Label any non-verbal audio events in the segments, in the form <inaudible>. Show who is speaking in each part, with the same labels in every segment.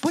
Speaker 1: 不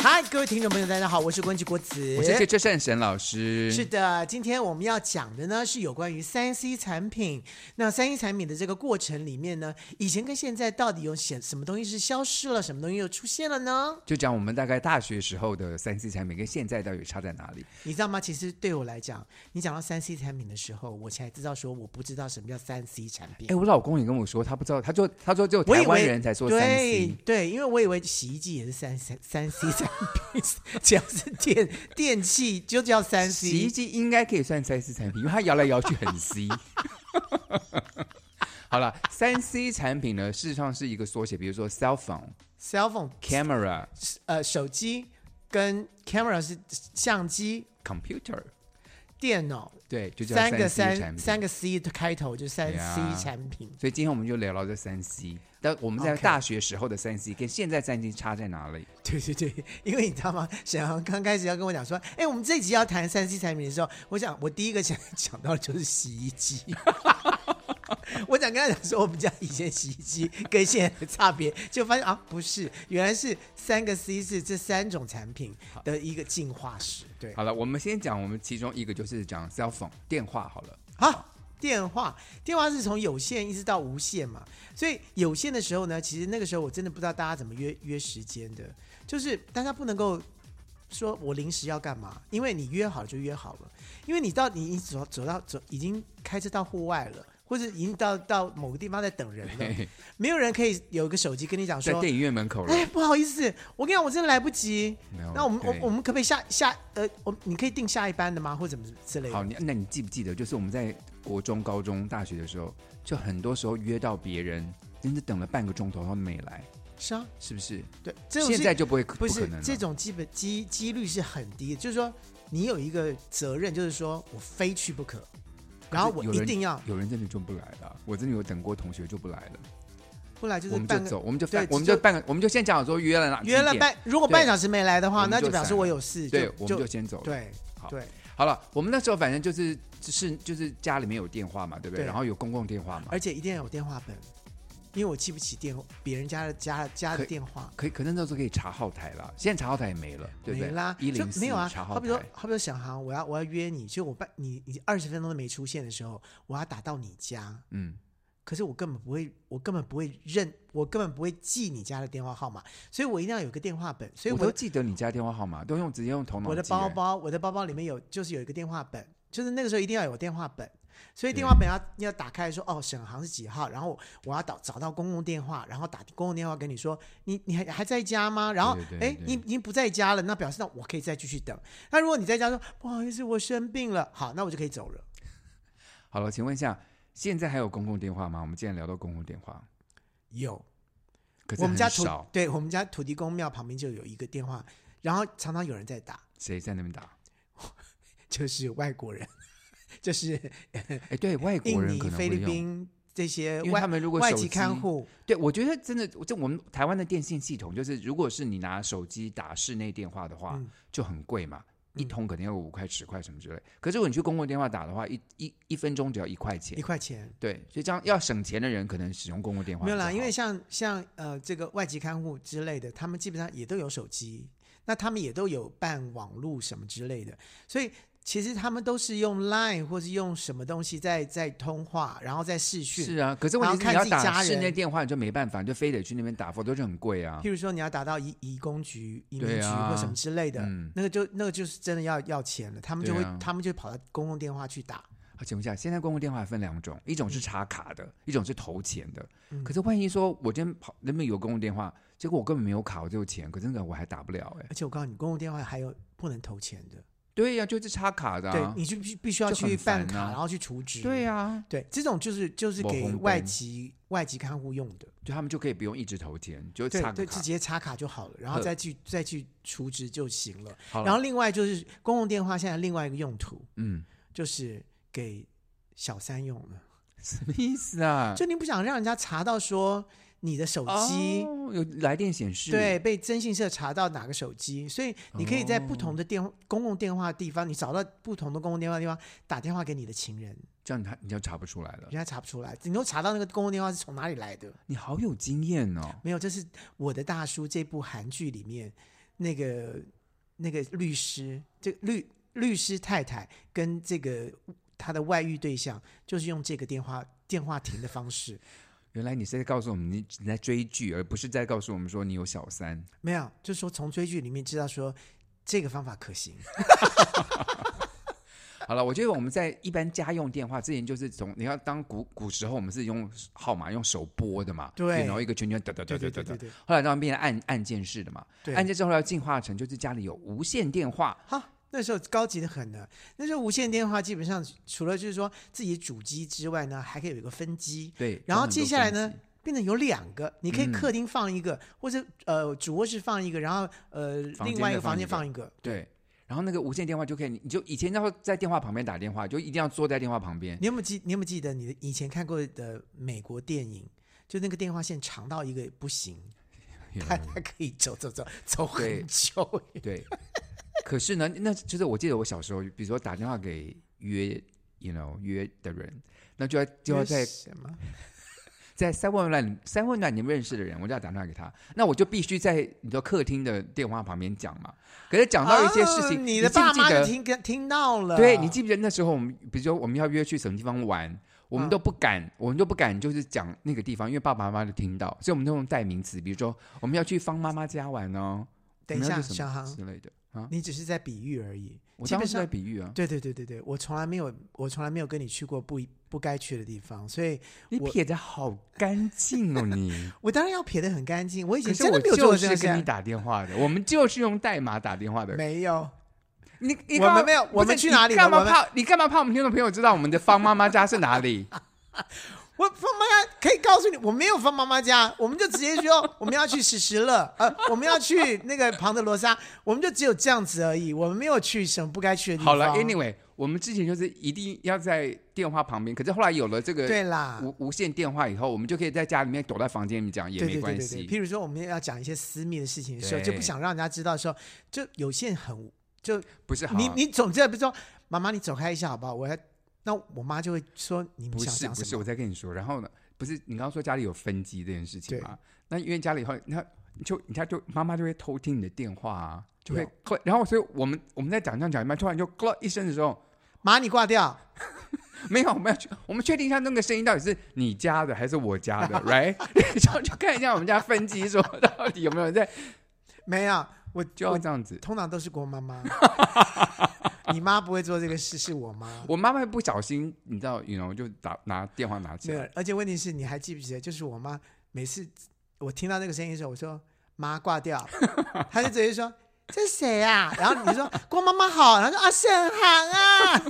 Speaker 1: 嗨，各位听众朋友，大家好，我是关菊国子，
Speaker 2: 我是谢车善神老师，
Speaker 1: 是的，今天我们要讲的呢是有关于三 C 产品。那三 C 产品的这个过程里面呢，以前跟现在到底有显什么东西是消失了，什么东西又出现了呢？
Speaker 2: 就讲我们大概大学时候的三 C 产品跟现在到底差在哪里？
Speaker 1: 你知道吗？其实对我来讲，你讲到三 C 产品的时候，我才知道说我不知道什么叫三 C 产品
Speaker 2: 哎，。我老公也跟我说，他不知道，他就他说只有
Speaker 1: 我以
Speaker 2: 台
Speaker 1: 为
Speaker 2: 湾人才说三
Speaker 1: 对
Speaker 2: C，
Speaker 1: 对，因为我以为洗衣机也是三三三 C 产品，只要是电电器就叫三 C。
Speaker 2: 洗衣机应该可以算三 C 产品，因为它摇来摇去很 C。好了，三 C 产品呢，事实上是一个缩写，比如说 cell phone、
Speaker 1: cell phone
Speaker 2: camera、
Speaker 1: 呃手机跟 camera 是相机、
Speaker 2: computer，
Speaker 1: 电脑。
Speaker 2: 对，就叫
Speaker 1: 三个
Speaker 2: C 产
Speaker 1: 三
Speaker 2: 品。
Speaker 1: 三个 C 的开头，就三
Speaker 2: 呀
Speaker 1: C 产品。
Speaker 2: 所以今天我们就聊聊这三 C，但我们在
Speaker 1: OK
Speaker 2: 大学时候的三 C 跟现在三 C 差在哪里？
Speaker 1: <laughs> 对对对，因为你知道吗？沈阳刚开始要跟我讲说，哎，我们这一集要谈三 C 产品的时候，我想我第一个想想到的就是洗衣机。我想跟他讲说，我们家以前洗衣机跟现在的差别，就发现啊，不是，原来是三个 C 是这三种产品的一个进化史。对，
Speaker 2: 好了，我们先讲我们其中一个就是讲 cell phone 电话好了。
Speaker 1: 好，电话，电话是从有线一直到无线嘛，所以有线的时候呢，其实那个时候我真的不知道大家怎么约约时间的，就是大家不能够说我临时要干嘛，因为你约好就约好了，因为你到你你走走到走已经开车到户外了。或者已经到到某个地方在等人
Speaker 2: <laughs>
Speaker 1: 了，没有人可以有一个手机跟你讲
Speaker 2: 在
Speaker 1: 说，
Speaker 2: 电影院
Speaker 1: <laughs>
Speaker 2: 门口了，
Speaker 1: 哎，不好意思，我跟你讲，我真的来不及。
Speaker 2: 没有
Speaker 1: 那我们我
Speaker 2: 对
Speaker 1: 我们可不可以下下呃，我你可以订下一班的吗？或者怎么之类的？
Speaker 2: 好，你那你记不记得，就是我们在国中、高中、大学的时候，就很多时候约到别人，真的等了半个钟头他没来，
Speaker 1: 是啊，
Speaker 2: 是不是？
Speaker 1: 对，这种
Speaker 2: 现
Speaker 1: 是
Speaker 2: 在就不会
Speaker 1: 不
Speaker 2: 可
Speaker 1: 是
Speaker 2: 能了啊
Speaker 1: 这种基本机几率是很低的，就是说你有一个责任，就是说我非去不可，然后我
Speaker 2: 有
Speaker 1: 一
Speaker 2: 人
Speaker 1: 定要，
Speaker 2: 有人真的就不来了，我真的有等过同学就不来了，
Speaker 1: 不然就是
Speaker 2: 我们就
Speaker 1: 半个
Speaker 2: 走，我们就
Speaker 1: 对
Speaker 2: 半，我们
Speaker 1: 就
Speaker 2: 就半个，我们就先讲好说约了哪
Speaker 1: 约了
Speaker 2: 几点，
Speaker 1: 半，如果半小时没来的话，
Speaker 2: 我们
Speaker 1: 那
Speaker 2: 就
Speaker 1: 就表示
Speaker 2: 散了
Speaker 1: 我有事，
Speaker 2: 对，我
Speaker 1: 就
Speaker 2: 们就先走了。
Speaker 1: 对
Speaker 2: 好
Speaker 1: 对，
Speaker 2: 好了，我们那时候反正就是是就是家里面有电话嘛，对不对？
Speaker 1: 对
Speaker 2: 然后有公共电话嘛。
Speaker 1: 而且一定要有电话本，因为我记不起电别人家的家家
Speaker 2: 可
Speaker 1: 的
Speaker 2: 以
Speaker 1: 电话。
Speaker 2: 可以，可能那时候可以查号台啦，现在查号台也没了，对不对？
Speaker 1: 没啦，
Speaker 2: 一
Speaker 1: 就
Speaker 2: 零四
Speaker 1: 没有啊。
Speaker 2: 查
Speaker 1: 好
Speaker 2: 号
Speaker 1: 比说
Speaker 2: 台，，
Speaker 1: 好比说，小航，我要我要约你，就我半你你二十分钟都没出现的时候，我要打到你家，
Speaker 2: 嗯，
Speaker 1: 可是我根本不会，我根本不会认，我根本不会记你家的电话号码，所以我一定要有个电话本。所以
Speaker 2: 我
Speaker 1: 我
Speaker 2: 都
Speaker 1: 的
Speaker 2: 记得你家电话号码，都用直接用头脑
Speaker 1: 我的
Speaker 2: 记欸
Speaker 1: 包包，我的包包里面有就是有一个电话本，就是那个时候一定要有电话本，所以电话本要要打开说哦，沈航是几号，然后我要找找到公共电话，然后打公共电话跟你说你你还还在家吗？然后
Speaker 2: 对对对
Speaker 1: 哎
Speaker 2: 对
Speaker 1: 你你不在家了，那表示那我可以再继续等。那如果你在家说不好意思我生病了，好，那我就可以走了。
Speaker 2: 好了，请问一下，现在还有公共电话吗？我们既然聊到公共电话，
Speaker 1: 有。
Speaker 2: 可是
Speaker 1: 我们家
Speaker 2: 很
Speaker 1: 土
Speaker 2: 少
Speaker 1: 对我们家土地公庙旁边就有一个电话，然后常常有人在打，
Speaker 2: 谁在那
Speaker 1: <laughs>
Speaker 2: 边打？
Speaker 1: 就是外国人， <laughs> 就是
Speaker 2: 哎，对外国
Speaker 1: 印
Speaker 2: 人
Speaker 1: 尼
Speaker 2: 可、能
Speaker 1: 菲
Speaker 2: 会
Speaker 1: 律
Speaker 2: 用，
Speaker 1: 宾这些
Speaker 2: 因为他
Speaker 1: 外
Speaker 2: 们如果
Speaker 1: 外
Speaker 2: 手
Speaker 1: 籍
Speaker 2: 机
Speaker 1: 看护，
Speaker 2: 对，我觉得真的，这我们台湾的电信系统就是，如果是你拿手机打室内电话的话，
Speaker 1: 嗯
Speaker 2: 就很贵嘛，一
Speaker 1: 嗯
Speaker 2: 通可能要五块、十块什么之类。可是如果你去公共电话打的话，一一一分钟只要一块
Speaker 1: 一
Speaker 2: 钱。
Speaker 1: 块钱。
Speaker 2: 对，所以这样要省钱的人可能使用公共电话
Speaker 1: 没有
Speaker 2: 比
Speaker 1: 啦，
Speaker 2: 较
Speaker 1: 因为
Speaker 2: 好
Speaker 1: 像像呃这个外籍看护之类的，他们基本上也都有手机，那他们也都有办网络什么之类的，所以其实他们都是用 Line 或是用什么东西在在通话，然后在视讯。
Speaker 2: 是啊，可是
Speaker 1: 然
Speaker 2: 问
Speaker 1: 后
Speaker 2: 题是
Speaker 1: 看
Speaker 2: 你要
Speaker 1: 自己家
Speaker 2: 打室内
Speaker 1: 人
Speaker 2: 电话你就没办法，你就非得去那边打，否则就很贵啊
Speaker 1: 譬。如说你要打到移移工局、移民
Speaker 2: 对
Speaker 1: 局
Speaker 2: 啊
Speaker 1: 或什么之类的，
Speaker 2: 嗯
Speaker 1: 那个就那个就是真的要要钱了，他们就会、
Speaker 2: 对啊
Speaker 1: 他们就跑到公共电话去打。
Speaker 2: 好，请问一下，现在公共电话分两种，一种是插卡的，一种是投钱的。
Speaker 1: 嗯
Speaker 2: 可是万一说我今天跑那边有公共电话，结果我根本没有卡，我只有钱，可是那个我还打不了哎、
Speaker 1: 而且我告诉你，公共电话还有不能投钱的，
Speaker 2: 对呀、就是插卡的、
Speaker 1: 对
Speaker 2: 啊。
Speaker 1: 你就必必须要
Speaker 2: 就很
Speaker 1: 去办
Speaker 2: 烦
Speaker 1: 卡，
Speaker 2: 啊
Speaker 1: 然后去储值。
Speaker 2: 对、呀、
Speaker 1: 对，这种就是就是
Speaker 2: 没
Speaker 1: 给
Speaker 2: 红
Speaker 1: 外
Speaker 2: 灯
Speaker 1: 籍外籍看护用的，
Speaker 2: 就他们就可以不用一直投钱，就
Speaker 1: 对
Speaker 2: 插个
Speaker 1: 对，
Speaker 2: 卡
Speaker 1: 直。接插卡就好了，然后
Speaker 2: 呵
Speaker 1: 再去再去储值就行了。
Speaker 2: 好
Speaker 1: 然
Speaker 2: 了，
Speaker 1: 后另外就是公共电话现在另外一个用途
Speaker 2: 嗯，
Speaker 1: 就是给小三用了。
Speaker 2: 什么意思啊？
Speaker 1: 就你不想让人家查到说你的手机。
Speaker 2: 哦、有来电显示，
Speaker 1: 对，被征信社查到哪个手机，所以你可以在不同的电、公共电话地方，你找到不同的公共电话地方打电话给你的情人，
Speaker 2: 这样他你就查不出来了
Speaker 1: 人。家查不出来，你都查到那个公共电话是从哪里来的。
Speaker 2: 你好有经验哦，
Speaker 1: 没有，这是我的大叔这部韩剧里面那个那个律师，这律律师太太跟这个他的外遇对象，就是用这个电话电话亭的方式，
Speaker 2: 原来你是在告诉我们你你在追剧，而不是在告诉我们说你有小三。
Speaker 1: 没有，就说从追剧里面知道说这个方法可行，
Speaker 2: 好了，我觉得我们在一般家用电话之前，就是从你要当古古时候，我们是用号码用手拨的嘛，
Speaker 1: 对
Speaker 2: 然后一个圈圈哒哒
Speaker 1: <laughs>
Speaker 2: 哒
Speaker 1: 对对
Speaker 2: 哒哒
Speaker 1: 对
Speaker 2: 哒
Speaker 1: 对，对
Speaker 2: 后来当然变成按按键式的嘛，
Speaker 1: 对，
Speaker 2: 按键之后要进化成就是家里有无线电话，
Speaker 1: 哈，那时候高级的很呢。那时候无线电话基本上除了就是说自己主机之外呢，还可以有一个分机，
Speaker 2: 对，
Speaker 1: 然后
Speaker 2: 专门都
Speaker 1: 接下来呢
Speaker 2: 分级，
Speaker 1: 变成有两个，你可以
Speaker 2: 嗯
Speaker 1: 客厅放一个，或者呃主卧室放一个，然后呃
Speaker 2: 房间
Speaker 1: 另外一
Speaker 2: 再
Speaker 1: 个
Speaker 2: 放
Speaker 1: 房
Speaker 2: 一
Speaker 1: 间
Speaker 2: 个
Speaker 1: 放一个。
Speaker 2: 对，然后那个无线电话就可以，你就以前要在电话旁边打电话，就一定要坐在电话旁边，
Speaker 1: 你有没有记？你有没有记得你的以前看过的美国电影？就那个电话线长到一个不行，它它可以走走走走
Speaker 2: 对
Speaker 1: 很久。
Speaker 2: 对。可是呢，那就是我记得我小时候，比如说打电话给约，you know 约的人，那就要就要在
Speaker 1: 什么？
Speaker 2: 在三温暖三温暖你们认识的人，我就要打电话给他，那我就必须在你的客厅的电话旁边讲嘛。可是讲到一些事情，
Speaker 1: 哦
Speaker 2: 你
Speaker 1: 的
Speaker 2: 记不
Speaker 1: 爸
Speaker 2: 记
Speaker 1: 妈
Speaker 2: 得
Speaker 1: 就听听到了。
Speaker 2: 对你记不记得那时候我们，比如说我们要约去什么地方玩，我们
Speaker 1: 嗯
Speaker 2: 都不敢，我们都不敢就是讲那个地方，因为爸爸妈妈都听到，所以我们都用代名词，比如说我们要去方妈妈家玩哦，
Speaker 1: 等一
Speaker 2: 我们
Speaker 1: 下，
Speaker 2: 要去什
Speaker 1: 小
Speaker 2: 么
Speaker 1: 航，
Speaker 2: 之类的啊。
Speaker 1: 你只是在比喻而已。
Speaker 2: 我
Speaker 1: 基
Speaker 2: 当
Speaker 1: 本
Speaker 2: 时在
Speaker 1: 上，
Speaker 2: 比喻啊，
Speaker 1: 对对对对对，我从来没有，我从来没有跟你去过不不该去的地方，所以
Speaker 2: 你
Speaker 1: 我
Speaker 2: 撇的好干净哦你。
Speaker 1: 我当然要撇得很干净。 <laughs> 我以
Speaker 2: 可
Speaker 1: 前
Speaker 2: 是
Speaker 1: 真
Speaker 2: 我
Speaker 1: 的没有做
Speaker 2: 就
Speaker 1: 过这
Speaker 2: 是
Speaker 1: 个
Speaker 2: 跟你
Speaker 1: 事，啊
Speaker 2: 打电话的，我们就是用代码打电话的。
Speaker 1: 没有。
Speaker 2: 你你
Speaker 1: 我
Speaker 2: 干嘛
Speaker 1: 们没有
Speaker 2: 不
Speaker 1: 我们
Speaker 2: 是
Speaker 1: 去
Speaker 2: 你
Speaker 1: 哪里了
Speaker 2: 干嘛
Speaker 1: 我们
Speaker 2: 怕？你干嘛怕我们听众朋友知道我们的方妈妈家是
Speaker 1: <laughs>
Speaker 2: 哪里？
Speaker 1: 我方妈妈可以告诉你，我没有放妈妈家，我们就直接说我们要去史实乐，呃，我们要去那个庞德罗莎，我们就只有这样子而已，我们没有去什么不该去的地方。
Speaker 2: 好了，Anyway，我们之前就是一定要在电话旁边，可是后来有了这个
Speaker 1: 对啦，
Speaker 2: 无无线电话以后，我们就可以在家里面躲在房间里面讲也
Speaker 1: 对
Speaker 2: 没
Speaker 1: 对对
Speaker 2: 关
Speaker 1: 对对，
Speaker 2: 系。
Speaker 1: 譬如说我们要讲一些私密的事情的时候，
Speaker 2: 对
Speaker 1: 就不想让人家知道的时候，就有些人很就
Speaker 2: 不是好，啊
Speaker 1: 你你总之不是说妈妈你走开一下好不好？我要那我妈就会说你们
Speaker 2: 不
Speaker 1: 想
Speaker 2: 是
Speaker 1: 讲
Speaker 2: 不
Speaker 1: 什
Speaker 2: 是，我
Speaker 1: 么？
Speaker 2: 在跟你说，然后呢，不是你刚刚说家里有分机这件事情
Speaker 1: 对
Speaker 2: 嘛？那因为家里后那就人家就妈妈就会偷听你的电话啊，就会
Speaker 1: 有
Speaker 2: click，然后所以我们我们在讲这样讲一半，突然就 click 一声的时候，
Speaker 1: 妈你挂掉，
Speaker 2: 没有，我 <laughs> 们要去，我们确定一下那个声音到底是你家的还是我
Speaker 1: <laughs>
Speaker 2: 家的，right？然 <laughs> 后就看一下我们家分机说到底有没有在，
Speaker 1: 没有，啊我
Speaker 2: 就要
Speaker 1: 我
Speaker 2: 这样子。
Speaker 1: 通常都是郭妈
Speaker 2: <laughs>
Speaker 1: 妈，你妈不会做这个事，是我
Speaker 2: <laughs>
Speaker 1: 妈。
Speaker 2: 我妈妈不小心，你知道，you know，就打拿电话拿起
Speaker 1: 没
Speaker 2: 来
Speaker 1: 有，，而且问题是你还记不记得？就是我妈每次我听到那个声音的时候，我说妈挂掉，
Speaker 2: <laughs>
Speaker 1: 她就直接说这是谁啊？然后你说郭妈妈好，然后说啊沈航啊，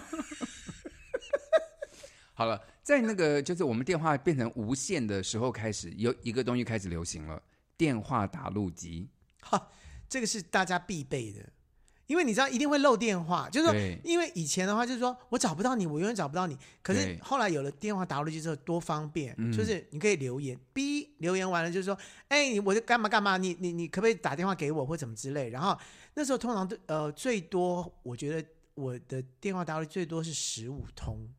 Speaker 2: 好了，在那个就是我们电话变成无线的时候开始，有一个东西开始流行了，电话打录机。
Speaker 1: 这个是大家必备的，因为你知道一定会漏电话，就是说。
Speaker 2: 对，
Speaker 1: 因为以前的话就是说我找不到你，我永远找不到你。可是
Speaker 2: 对
Speaker 1: 后来有了电话打过去之后，多方便，
Speaker 2: 嗯
Speaker 1: 就是你可以留言，B 留言完了就是说，哎、你我就干嘛干嘛，你你你可不可以打电话给我或怎么之类。然后那时候通常都呃最多，我觉得我的电话打过去最多是十五通，
Speaker 2: 嗯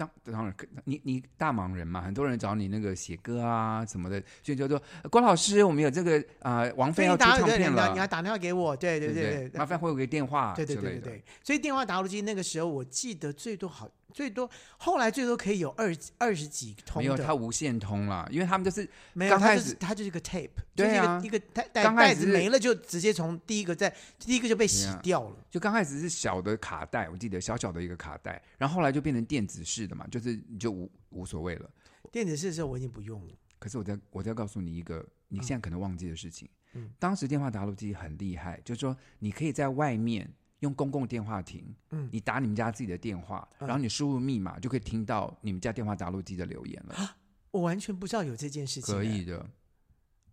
Speaker 2: 当当然，可你你大忙人嘛，很多人找你那个写歌啊什么的，所以就说呃郭老师，我们有这个呃王
Speaker 1: 所
Speaker 2: 菲
Speaker 1: 以
Speaker 2: 要
Speaker 1: 你
Speaker 2: 出
Speaker 1: 打
Speaker 2: 唱
Speaker 1: 给
Speaker 2: 片
Speaker 1: 人家，你要
Speaker 2: 了，
Speaker 1: 打电话给我，对对
Speaker 2: 不
Speaker 1: 对
Speaker 2: 麻烦。回我个电话之
Speaker 1: 对
Speaker 2: 类
Speaker 1: 对对
Speaker 2: 的，
Speaker 1: 对对，所以电话打录机那个时候，我记得最多好最多，后来最多可以有二二十几通
Speaker 2: 没有，
Speaker 1: 的
Speaker 2: 它无线通啦，因为他们就是
Speaker 1: 没有，
Speaker 2: 刚
Speaker 1: 它
Speaker 2: 开
Speaker 1: 就是
Speaker 2: 始
Speaker 1: 它就是一个 tape，
Speaker 2: 对啊
Speaker 1: 就是一个一个袋袋
Speaker 2: 刚开
Speaker 1: 袋
Speaker 2: 始
Speaker 1: 子
Speaker 2: 是
Speaker 1: 没了就直接从第一个在第一个就被洗
Speaker 2: 对啊
Speaker 1: 掉了。
Speaker 2: 就刚开始是小的卡带，我记得小小的一个卡带，然后后来就变成电子式的嘛，就是你就无无所谓了。
Speaker 1: 电子式的时候我已经不用了，
Speaker 2: 可是我在我在告诉你一个你现在可能忘记的事情。
Speaker 1: 嗯
Speaker 2: 当时电话打录机很厉害，就是说你可以在外面用公共电话亭，
Speaker 1: 嗯
Speaker 2: 你打你们家自己的电话，
Speaker 1: 嗯
Speaker 2: 然后你输入密码就可以听到你们家电话打录机的留言
Speaker 1: 啊
Speaker 2: 了，
Speaker 1: 我完全不知道有这件事情。哎
Speaker 2: 可，以的。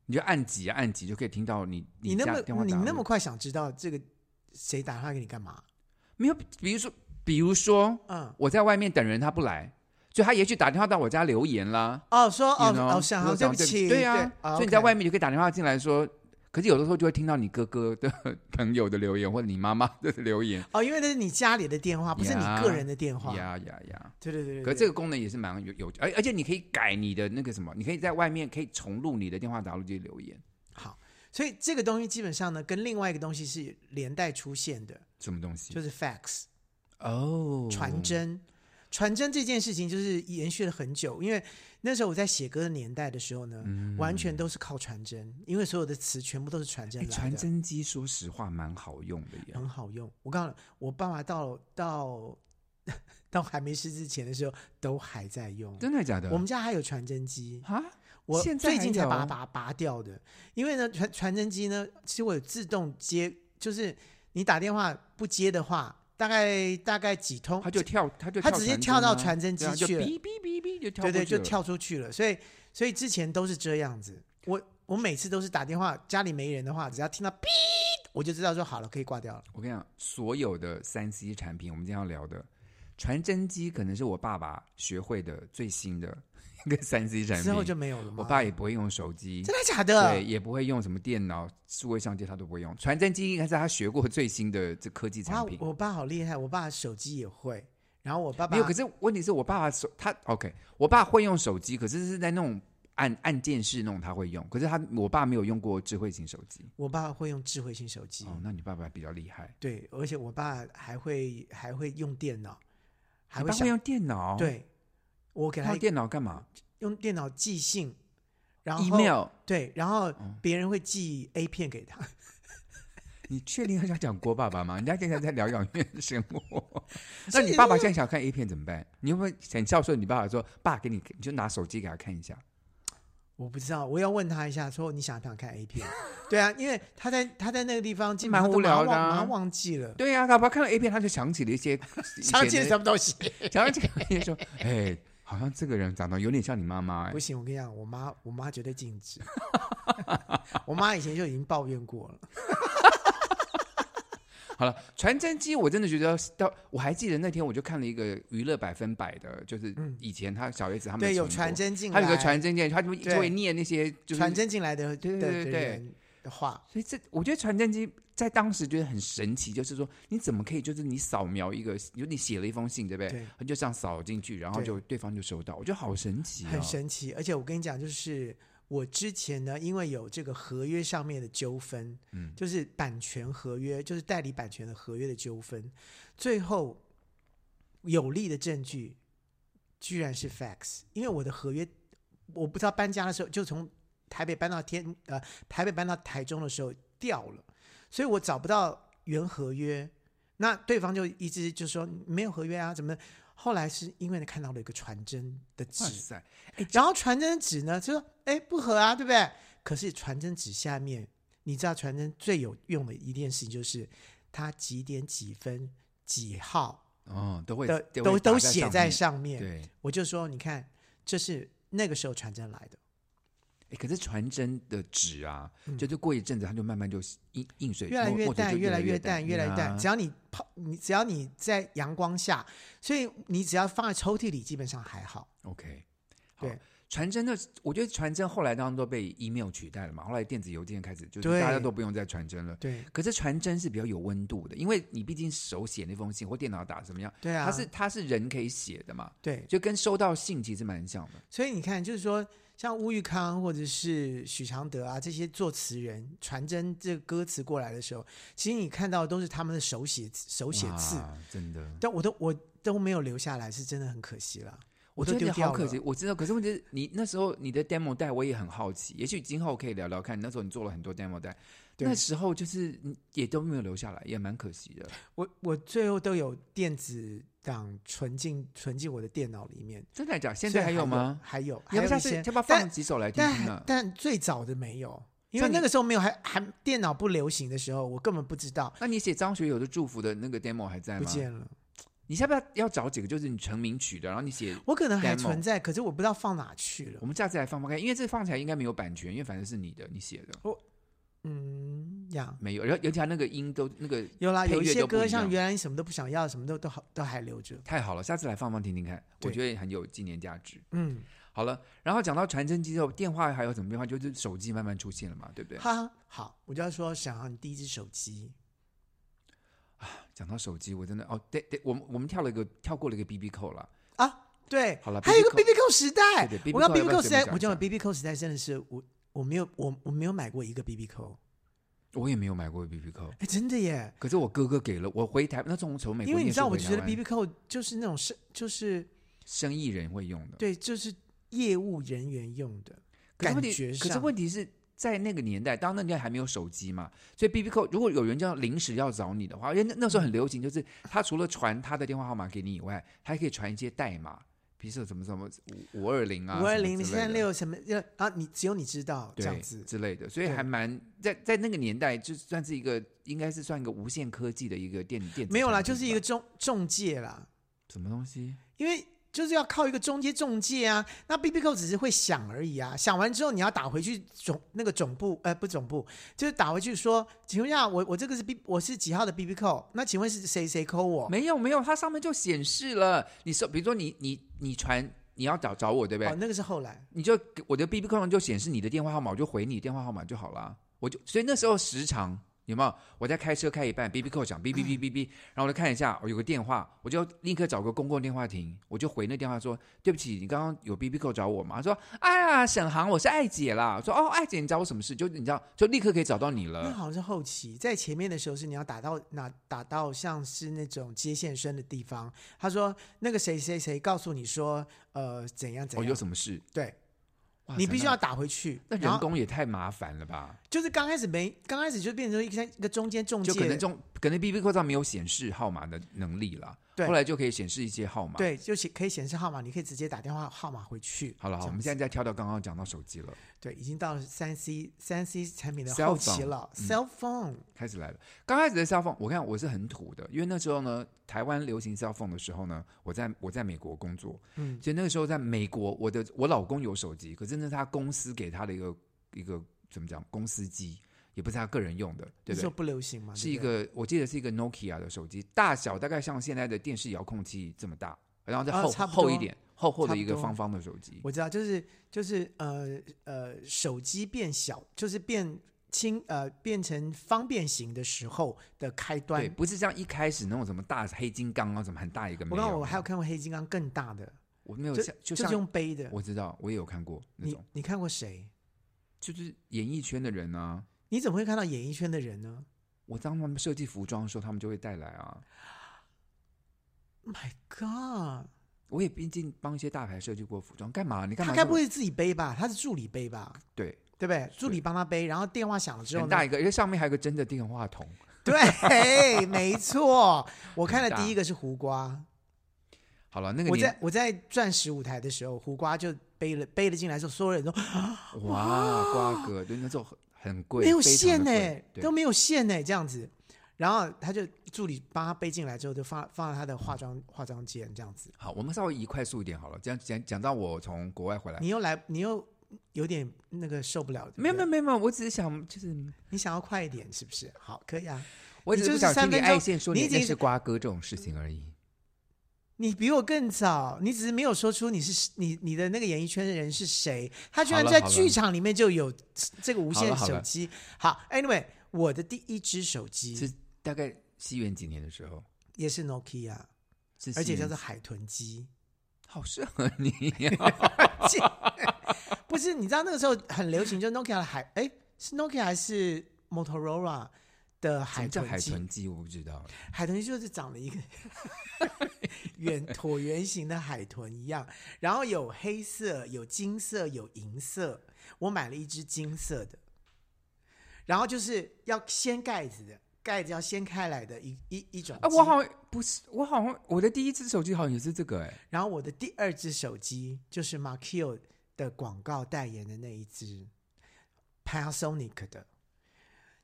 Speaker 2: 你就按几啊按几就可以听到你
Speaker 1: 你那
Speaker 2: 家
Speaker 1: 么
Speaker 2: 电话打
Speaker 1: 你
Speaker 2: 录
Speaker 1: 那么快想知道这个谁打电话给你干嘛？
Speaker 2: 没有，比如说比如说
Speaker 1: 嗯，
Speaker 2: 我在外面等人他不来，所以他也许打电话到我家留言啦。
Speaker 1: 哦，说
Speaker 2: you
Speaker 1: 哦
Speaker 2: know，
Speaker 1: 哦，想好，
Speaker 2: 我
Speaker 1: 对啊
Speaker 2: 讲
Speaker 1: 不
Speaker 2: 对
Speaker 1: 起，
Speaker 2: 对
Speaker 1: 呀
Speaker 2: 呀，、所以你在外面就可以打电话进来说。可是有的时候就会听到你哥哥的朋友的留言，或者你妈妈的
Speaker 1: <laughs>
Speaker 2: 留言，
Speaker 1: 哦，因为那是你家里的电话，不是你
Speaker 2: 呀
Speaker 1: 个人的电话。
Speaker 2: 呀呀呀！
Speaker 1: 对对对对。
Speaker 2: 可这
Speaker 1: 个
Speaker 2: 个功能也是蛮有有，而而且你可以改你的那个什么，你可以在外面可以重录你的电话打录机留言，
Speaker 1: 好，所以这个东西基本上呢，跟另外一个东西是连带出现的，
Speaker 2: 什么东西？
Speaker 1: 就是 fax
Speaker 2: 哦，
Speaker 1: 传真。传真这件事情就是延续了很久，因为那时候我在写歌的年代的时候呢，
Speaker 2: 嗯
Speaker 1: 完全都是靠传真，因为所有的词全部都是传真
Speaker 2: 哎，
Speaker 1: 来的。
Speaker 2: 传真机说实话蛮好用的耶。
Speaker 1: 很好用。我告诉你，我爸爸到到 <laughs> 到还没失之前的时候，都还在用。
Speaker 2: 真的假的？
Speaker 1: 我们家还有传真机，
Speaker 2: 啊，
Speaker 1: 我
Speaker 2: 现在
Speaker 1: 最近
Speaker 2: 还
Speaker 1: 才
Speaker 2: 有啊
Speaker 1: 把它拔拔掉的。因为呢，传传真机呢，其实我有自动接，就是你打电话不接的话，大概大概几通，
Speaker 2: 他就跳，他就
Speaker 1: 它直接
Speaker 2: 传真
Speaker 1: 跳到
Speaker 2: 啊
Speaker 1: 传真机
Speaker 2: 对啊就
Speaker 1: 去了
Speaker 2: 哔哔哔哔就跳
Speaker 1: 对对，
Speaker 2: 过去
Speaker 1: 就
Speaker 2: 了。
Speaker 1: 跳出去了。所以所以之前都是这样子。我我每次都是打电话，家里没人的话，只要听到哔，我就知道说好了，可以挂掉了。
Speaker 2: 我跟你讲，所有的三 C 产品，我们今天要聊的传真机，可能是我爸爸学会的最新的一个三 C 产品。
Speaker 1: 之后就没有了吗？
Speaker 2: 我爸也不会用手机，
Speaker 1: 真的假的？
Speaker 2: 对，也不会用什么电脑、数位相机，他都不会用。传真机应该是他学过最新的这科技
Speaker 1: 哇
Speaker 2: 产，品。
Speaker 1: 我爸好厉害，我爸手机也会，然后我爸爸
Speaker 2: 没有，可是问题是我爸爸手他 OK，我爸会用手机，可是是在那种按按键式那种他会用，可是他我爸没有用过智慧型手机。
Speaker 1: 我爸会用智慧型手机，
Speaker 2: 哦，那你爸爸比较厉害，
Speaker 1: 对，而且我爸还会还会用电脑，还
Speaker 2: 你
Speaker 1: 会
Speaker 2: 爸会
Speaker 1: 想
Speaker 2: 用电脑，，
Speaker 1: 对，我给
Speaker 2: 他
Speaker 1: 他
Speaker 2: 用电脑干嘛
Speaker 1: 用电脑寄信，然后
Speaker 2: ？email，哦
Speaker 1: 对，然后别人会寄 A 片给他，
Speaker 2: 你确定很想讲郭爸爸吗？人家现在在疗养院生
Speaker 1: <laughs>
Speaker 2: 活，
Speaker 1: 所
Speaker 2: 那
Speaker 1: 以
Speaker 2: 你爸爸现在想看 A 片怎么办？你会不会很孝顺？你爸爸说：“爸，给你，你就拿手机给他看一下。
Speaker 1: 我不知道，我要问他一下，说你想不想看 A 片？ <laughs> 对啊，因为他在他在那个地方基本
Speaker 2: 蛮
Speaker 1: 上都
Speaker 2: 无聊的
Speaker 1: 马上
Speaker 2: 啊
Speaker 1: 忘马上忘记了”，
Speaker 2: 对呀、他爸看到 A 片，他就想起了一些以前
Speaker 1: 想起了
Speaker 2: 的
Speaker 1: 什么东西？
Speaker 2: <laughs>
Speaker 1: <laughs>
Speaker 2: 想起来就说：“哎，好像这个人长得有点像你妈妈、哎
Speaker 1: 不行，我跟你讲，我妈我妈绝对禁止。 <laughs> 我妈以前就已经抱怨过了。
Speaker 2: 好了，传真机我真的觉得到，我还记得那天我就看了一个娱乐百分百的，就是以前他小叶子他们
Speaker 1: 嗯对，有
Speaker 2: 重播
Speaker 1: 传，真进
Speaker 2: 他
Speaker 1: 来，
Speaker 2: 有个传真键，他就会
Speaker 1: 对
Speaker 2: 就会念那些就是
Speaker 1: 传。真进来的
Speaker 2: 对对
Speaker 1: 的
Speaker 2: 对
Speaker 1: 的
Speaker 2: 对
Speaker 1: 人的话，
Speaker 2: 所以这我觉得传真机在当时觉得很神奇，就是说你怎么可以就是你扫描一个，就你写了一封信，对不对？
Speaker 1: 对
Speaker 2: 他就这样扫进去，然后就对方就收到，我觉得好神奇啊、
Speaker 1: 很神奇。而且我跟你讲，就是我之前呢，因为有这个合约上面的纠纷，
Speaker 2: 嗯
Speaker 1: 就是版权合约，就是代理版权的合约的纠纷，最后有力的证据居然是 fax，因为我的合约，我不知道搬家的时候就从台北搬到天呃台北搬到台中的时候掉了，所以我找不到原合约。那对方就一直就说没有合约啊，怎么的？后来是因为看到了一个传真的纸
Speaker 2: 哇，塞！
Speaker 1: 然后传真纸呢，就说哎不合啊，对不对？可是传真纸下面，你知道传真最有用的一件事情就是它几点几分几号
Speaker 2: 哦，都会
Speaker 1: 的
Speaker 2: 会
Speaker 1: 都
Speaker 2: 打
Speaker 1: 都写在
Speaker 2: 面
Speaker 1: 上面。
Speaker 2: 对，
Speaker 1: 我就说你看，这是那个时候传真来的，
Speaker 2: 哎，可是传真的纸啊，就是过一阵子它就慢慢就印印水，
Speaker 1: 嗯越来
Speaker 2: 墨
Speaker 1: 越
Speaker 2: 墨水
Speaker 1: 淡，
Speaker 2: 就越
Speaker 1: 来
Speaker 2: 越
Speaker 1: 淡，越来越淡。
Speaker 2: 啊
Speaker 1: 只要你泡，你只要你在阳光下，所以你只要放在抽屉里，基本上还好。
Speaker 2: OK，好
Speaker 1: 对。
Speaker 2: 传真的，我觉得传真后来当然都被 email 取代了嘛，后来电子邮件开始，就是
Speaker 1: 对
Speaker 2: 大家都不用再传真了。
Speaker 1: 对
Speaker 2: 可是传真是比较有温度的，因为你毕竟手写那封信或电脑打怎么样，
Speaker 1: 对啊，
Speaker 2: 它是它是人可以写的嘛，
Speaker 1: 对，
Speaker 2: 就跟收到信其实蛮像的。
Speaker 1: 所以你看，就是说，像乌玉康或者是许常德啊这些作词人传真这个歌词过来的时候，其实你看到的都是他们的手写手
Speaker 2: 我
Speaker 1: 写字，
Speaker 2: 真的，
Speaker 1: 但我都我都没有留下来，是真的很可惜了。我都
Speaker 2: 真
Speaker 1: 丢
Speaker 2: 的
Speaker 1: 掉
Speaker 2: 好可
Speaker 1: 了
Speaker 2: 惜，我知道。可是问题是你那时候你的 demo 带，我也很好奇。也许今后可以聊聊看，那时候你做了很多 demo 带，
Speaker 1: 对
Speaker 2: 那时候就是你也都没有留下来，也蛮可惜的。
Speaker 1: 我我最后都有电子档存进存进我的电脑里面，
Speaker 2: 真的假的？现
Speaker 1: 所以
Speaker 2: 在还有吗？？
Speaker 1: 还有，还
Speaker 2: 要不
Speaker 1: 有
Speaker 2: 下
Speaker 1: 一
Speaker 2: 次
Speaker 1: 些
Speaker 2: 要，不要放
Speaker 1: 但
Speaker 2: 几首来听
Speaker 1: 但
Speaker 2: 听
Speaker 1: 还
Speaker 2: 呢？
Speaker 1: 但最早的没有，因
Speaker 2: 所
Speaker 1: 为
Speaker 2: 以
Speaker 1: 那
Speaker 2: 你
Speaker 1: 个时候没有，还还电脑不流行的时候，我根本不知道，
Speaker 2: 那你写张学友的祝福的那个 demo 还在
Speaker 1: 不
Speaker 2: 吗？
Speaker 1: 见了。
Speaker 2: 你下不要要找几个就是你成名曲的，然后你写。
Speaker 1: 我可能还
Speaker 2: Demo
Speaker 1: 存在，可是我不知道放哪去了
Speaker 2: 我。们下次来放放看，因为这放起来应该没有版权，因为反正是你的，你写的。
Speaker 1: 嗯，呀。
Speaker 2: 没有，然后尤其他那个音都那个
Speaker 1: 有啦，
Speaker 2: 配
Speaker 1: 有一
Speaker 2: 乐
Speaker 1: 些
Speaker 2: 就不
Speaker 1: 歌
Speaker 2: 一
Speaker 1: 像
Speaker 2: 样
Speaker 1: 原来你什么都不想要，什么都都好都还留着。
Speaker 2: 太好了，下次来放放听听看，我
Speaker 1: 对
Speaker 2: 觉得很有纪念价值。
Speaker 1: 嗯，
Speaker 2: 好了，然后讲到传真机之后，电话还有怎么变化？就是手机慢慢出现了嘛，对不对？
Speaker 1: 哈，好，我就要说想要你第一只手机，
Speaker 2: 讲到手机，我真的哦，对对，我们我们跳了一个跳过了一个 BB 扣了，
Speaker 1: 对，
Speaker 2: 好了
Speaker 1: 还有一个
Speaker 2: BB
Speaker 1: BB 扣时代
Speaker 2: 对对，
Speaker 1: 我要
Speaker 2: BB
Speaker 1: BB
Speaker 2: 扣要
Speaker 1: 扣
Speaker 2: 不要
Speaker 1: 时代
Speaker 2: 随便讲一，下
Speaker 1: 我讲的 BB 扣时代真的是我我没有我我没有买过一个 BB 扣，
Speaker 2: 我也没有买过 BB 扣，
Speaker 1: 哎，真的耶，
Speaker 2: 可是我哥哥给了我回台，那从从美国
Speaker 1: 因为你
Speaker 2: 念
Speaker 1: 知道，
Speaker 2: 书
Speaker 1: 我
Speaker 2: 回
Speaker 1: 觉
Speaker 2: 台
Speaker 1: 得
Speaker 2: 湾
Speaker 1: BB 扣就是那种是就是
Speaker 2: 生意人会用的，
Speaker 1: 对就是业务人员用的
Speaker 2: 可是
Speaker 1: 感
Speaker 2: 问题
Speaker 1: 觉
Speaker 2: 可是
Speaker 1: 上，
Speaker 2: 问题是在那个年代，当然那年代还没有手机嘛，所以 B B 扣如果有人这样临时要找你的话，因为那那时候
Speaker 1: 嗯
Speaker 2: 很流行，就是他除了传他的电话号码给你以外，他还可以传一些代码，比如说什么什么五五二零啊，
Speaker 1: 五二零
Speaker 2: 什么之类的
Speaker 1: 三六什么要啊，你只有你知道这
Speaker 2: 对
Speaker 1: 样子，
Speaker 2: 之类的，所以
Speaker 1: 对
Speaker 2: 还蛮在在那个年代，就算是一个应该是算一个无线科技的一个电电子
Speaker 1: 没有啦，
Speaker 2: 产品
Speaker 1: 就是一个
Speaker 2: 吧
Speaker 1: 中中介啦，
Speaker 2: 什么东西。
Speaker 1: 因为。就是要靠一个中介中介啊，那 B B 扣只是会响而已啊，响完之后你要打回去总那个总部，呃，不总部，就是打回去说，请问一下，我我这个是 B 我是几号的 B B 扣？那请问是谁谁扣我？
Speaker 2: 没有没有，它上面就显示了，你说比如说你你你传你要找找我对不对？
Speaker 1: 哦，那个是后来，
Speaker 2: 你就给我的 B B 扣上就显示你的电话号码，我就回你电话号码就好啦。我就所以那时候时常有没有我在开车开一半，B B 扣响，哔
Speaker 1: 嗯
Speaker 2: 哔哔哔哔，然后我就看一下，我有个电话，我就立刻找个公共电话亭，我就回那电话说对不起，你刚刚有 B B 扣找我吗？他说哎呀，沈航，我是艾姐啦。我说哦，艾姐，你找我什么事？就你知道，就立刻可以找到你
Speaker 1: 那
Speaker 2: 了。哦
Speaker 1: 好像是后期，在前面的时候是你要打到哪打到像是那种接线生的地方。他说那个谁谁谁告诉你说，呃，怎样怎
Speaker 2: 哦，
Speaker 1: 样，
Speaker 2: 有什么事？
Speaker 1: 对
Speaker 2: 哇
Speaker 1: 你
Speaker 2: 塞
Speaker 1: 必须
Speaker 2: 那
Speaker 1: 要打回去。
Speaker 2: 那
Speaker 1: 然
Speaker 2: 人
Speaker 1: 后
Speaker 2: 工也太麻烦了吧？
Speaker 1: 就是刚开始没，刚开始就变成一个一个中间中
Speaker 2: 就可能
Speaker 1: 介，
Speaker 2: 中可能 B B Q 上没有显示号码的能力啦，
Speaker 1: 对
Speaker 2: 后来就可以显示一些号码。，
Speaker 1: 对，就显可以显示号码，你可以直接打电话号码回去。
Speaker 2: 好了，好，
Speaker 1: 这样
Speaker 2: 我们
Speaker 1: 子
Speaker 2: 现在再跳到刚刚讲到手机了，
Speaker 1: 对已经到了三 C 三 C 产品的
Speaker 2: Cell
Speaker 1: 后期
Speaker 2: phone，
Speaker 1: 了
Speaker 2: 嗯
Speaker 1: ，cell phone，
Speaker 2: 开始来了。刚开始的 cell phone，我看我是很土的，因为那时候呢，台湾流行 cell phone 的时候呢，我在我在美国工作，
Speaker 1: 嗯，
Speaker 2: 所以那个时候在美国，我的我老公有手机，可是那是他公司给他的一个一个怎么讲公司机，也不是他个人用的，
Speaker 1: 那
Speaker 2: 对不
Speaker 1: 时
Speaker 2: 对
Speaker 1: 候？不流行嘛，
Speaker 2: 是
Speaker 1: 对
Speaker 2: 一
Speaker 1: 不对
Speaker 2: 个，我记得是一个 Nokia 的手机，大小大概像现在的电视遥控器这么大，然后再
Speaker 1: 啊
Speaker 2: 厚、
Speaker 1: 差不多
Speaker 2: 厚一点，厚厚
Speaker 1: 差
Speaker 2: 的
Speaker 1: 不
Speaker 2: 一个
Speaker 1: 多
Speaker 2: 方方的手机。
Speaker 1: 我知道，就是就是呃呃，手机变小，就是变轻呃变成方便型的时候的开端
Speaker 2: 对，。不是像一开始那种什么大黑金刚啊，什么很大一个没
Speaker 1: 我
Speaker 2: 有
Speaker 1: 刚
Speaker 2: 啊。
Speaker 1: 刚我还有看过黑金刚更大的，
Speaker 2: 我没有
Speaker 1: 就
Speaker 2: 像就
Speaker 1: 就是
Speaker 2: 像
Speaker 1: 用背的。
Speaker 2: 我知道，我也有看过那
Speaker 1: 你
Speaker 2: 种，
Speaker 1: 你看过谁？
Speaker 2: 就是演艺圈的人啊，
Speaker 1: 你怎么会看到演艺圈的人呢
Speaker 2: 我当他们设计服装的时候，他们就会带来啊。
Speaker 1: ？My God，
Speaker 2: 我也毕竟帮一些大牌设计过服装，干嘛？你干嘛
Speaker 1: 他
Speaker 2: 这
Speaker 1: 该
Speaker 2: 么？
Speaker 1: 不会自己背吧？他是助理背吧？
Speaker 2: 对
Speaker 1: 对不对？助理帮他背，然后电话响了之后
Speaker 2: 很
Speaker 1: 呢，
Speaker 2: 大一个，因为上面还有个真的电话筒。
Speaker 1: 对， <laughs> 没错。我看的
Speaker 2: 很大
Speaker 1: 第一个是胡瓜，
Speaker 2: 好了，那个
Speaker 1: 我
Speaker 2: 年
Speaker 1: 在我在钻石舞台的时候，胡瓜就背了背了进来之后，所有人都
Speaker 2: 哇，瓜哥，对，那时候很很贵，
Speaker 1: 没有
Speaker 2: 非常
Speaker 1: 线
Speaker 2: 的
Speaker 1: 呢、
Speaker 2: 贵对
Speaker 1: 都没有线呢、这样子。然后他就助理帮他背进来之后，就放放在他的化妆化妆间这样子。
Speaker 2: 好，我们稍微移快速一点好了。这样讲讲到我从国外回来
Speaker 1: 你，又来，你又有点那个受不了，对不
Speaker 2: 没有没
Speaker 1: 对
Speaker 2: 有，没有没有，我只是想就是，
Speaker 1: 你想要快一点是不是？好，可以啊。
Speaker 2: 我只
Speaker 1: 你就是
Speaker 2: 不想
Speaker 1: 三
Speaker 2: 听你
Speaker 1: 分钟
Speaker 2: 爱线说
Speaker 1: 你已
Speaker 2: 那
Speaker 1: 经
Speaker 2: 是瓜哥这种事情而已。
Speaker 1: 你比我更早，你只是没有说出你是你你的那个演艺圈的人是谁。他居然
Speaker 2: 好了
Speaker 1: 在
Speaker 2: 好了
Speaker 1: 剧场里面就有这个无
Speaker 2: 好
Speaker 1: 线
Speaker 2: 了好
Speaker 1: 手
Speaker 2: 了
Speaker 1: 机。好 a n y w a y 我的第一只手
Speaker 2: 是
Speaker 1: 机
Speaker 2: 大概西元几年的时候，
Speaker 1: 也是 Nokia，
Speaker 2: 是
Speaker 1: 而且
Speaker 2: 西
Speaker 1: 叫
Speaker 2: 元
Speaker 1: 做海豚机。
Speaker 2: 好适合你呀、
Speaker 1: 不是，你知道那个时候很流行，就 Nokia 的海，哎，是 Nokia 还是 Motorola 的
Speaker 2: 什
Speaker 1: 海
Speaker 2: 么叫
Speaker 1: 豚
Speaker 2: <laughs> 海
Speaker 1: 机？
Speaker 2: 豚啊机？我不知道。
Speaker 1: 海豚机就是长了一
Speaker 2: <laughs>
Speaker 1: 个圆椭圆形的海豚一样，然后有黑色、有金色、有银色。我买了一只金色的，然后就是要掀盖子的，盖子要掀开来的一一一种
Speaker 2: 啊，
Speaker 1: 机
Speaker 2: 我好像不是，我好像我的第一只手机好像也是这个哎、
Speaker 1: 然后我的第二只手机就是 m a c u 的广告代言的那一只，Panasonic 的，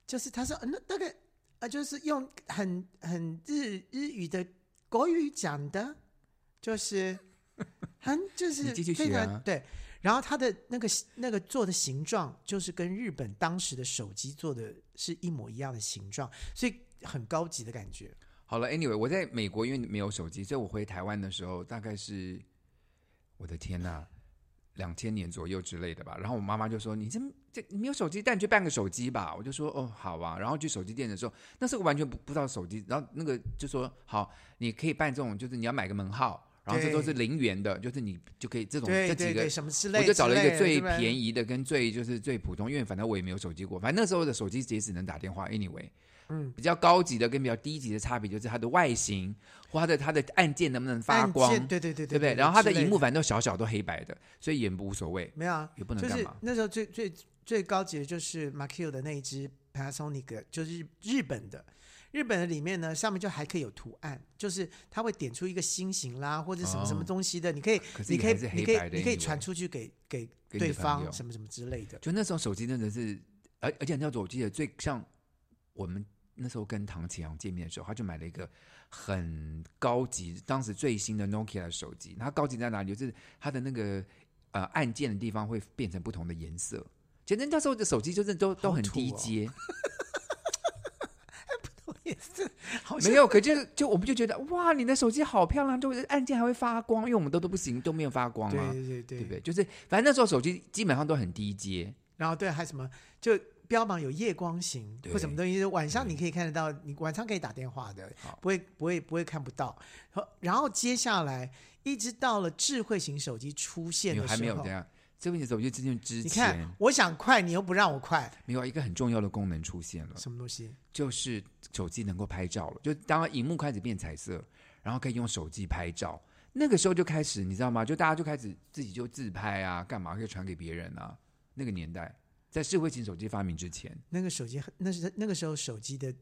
Speaker 1: 就是他说呃那大概呃就是用很很日日语的国语讲的，就是很就
Speaker 2: 你
Speaker 1: 是
Speaker 2: 继续
Speaker 1: 非
Speaker 2: 学啊
Speaker 1: 常对。然后它的那个那个做的形状，就是跟日本当时的手机做的是一模一样的形状，所以很高级的感觉。
Speaker 2: 好了，Anyway，我在美国因为没有手机，所以我回台湾的时候大概是，我的天呐，两千年左右之类的吧。然后我妈妈就说：“你这这你没有手机，带你去办个手机吧。”我就说：“哦，好啊。”然后去手机店的时候，那时候完全不不知道手机，然后那个就说：“好，你可以办这种，就是你要买个门号，然后这都是零元的，就是你就可以这种
Speaker 1: 对
Speaker 2: 这
Speaker 1: 对
Speaker 2: 几个
Speaker 1: 对，什么之类
Speaker 2: 我
Speaker 1: 之类的，
Speaker 2: 就找了一个最
Speaker 1: 宜
Speaker 2: 便宜的跟最就是最普通，因为反正我也没有手机过，反正那时候的手机也只能打电话。Anyway，
Speaker 1: 嗯，
Speaker 2: 比较高级的跟比较低级的差别就是它的外形或它的它的按键能不能发光，
Speaker 1: 对对对
Speaker 2: 对
Speaker 1: 对
Speaker 2: 不对？然后它的荧幕
Speaker 1: 之类
Speaker 2: 反正都小小都黑白的，所以也无所谓，
Speaker 1: 没有啊，
Speaker 2: 也不能
Speaker 1: 就
Speaker 2: 干
Speaker 1: 是
Speaker 2: 嘛。
Speaker 1: 那时候最最最高级的就是 m a c u 的那一只 Panasonic，就是日日本的。日本的里面呢，上面就还可以有图案，就是它会点出一个心形啦，或者什么
Speaker 2: 哦
Speaker 1: 什么东西的，你可以，
Speaker 2: 可是
Speaker 1: 你
Speaker 2: 也
Speaker 1: 可以
Speaker 2: 还是，
Speaker 1: 你
Speaker 2: 黑
Speaker 1: 可
Speaker 2: 白
Speaker 1: 以，
Speaker 2: 的，
Speaker 1: 你可以
Speaker 2: anyway
Speaker 1: 传。出去给给
Speaker 2: 给你的
Speaker 1: 对
Speaker 2: 朋
Speaker 1: 方
Speaker 2: 友
Speaker 1: 什么什么之
Speaker 2: <laughs>
Speaker 1: 类的。
Speaker 2: 就那时候手机真的是，而而且那时候我记得最像我们那时候跟唐启阳见面的时候，他就买了一个很高级，当时最新的 Nokia 的手机。它高级在哪里？就是它的那个呃按键的地方会变成不同的颜色。其实那时候的手机就是都都
Speaker 1: 好
Speaker 2: 很
Speaker 1: 土
Speaker 2: 低
Speaker 1: 哦 <laughs>
Speaker 2: 阶，
Speaker 1: 好像
Speaker 2: 没有，可就是就我们就觉得哇，你的手机好漂亮，就是按键还会发光，因为我们都都不行，都没有发光
Speaker 1: 对
Speaker 2: 嘛，
Speaker 1: 对对
Speaker 2: 对
Speaker 1: 对
Speaker 2: 不对？就是反正那时候手机基本上都很低阶，
Speaker 1: 然后对，还什么就标榜有夜光型
Speaker 2: 对
Speaker 1: 或什么东西，就是晚上你可以看得到，你晚上可以打电话的
Speaker 2: 好，
Speaker 1: 不会不会不会看不到。然后然后接下来一直到了智慧型手机出现
Speaker 2: 因为
Speaker 1: 的
Speaker 2: 还没
Speaker 1: 时
Speaker 2: 有
Speaker 1: 候
Speaker 2: 这，样。这个手机之前之
Speaker 1: 你
Speaker 2: 前，
Speaker 1: 看我想快，你又不让我快，
Speaker 2: 没有一个很重要的功能出现了，
Speaker 1: 什么东西？
Speaker 2: 就是手机能够拍照了。就当荧幕开始变彩色，然后可以用手机拍照，那个时候就开始，你知道吗？就大家就开始自己就自拍啊，干嘛可以传给别人啊？那个年代，在智慧型手机发明之前，
Speaker 1: 那个手机很那是那个时候手机的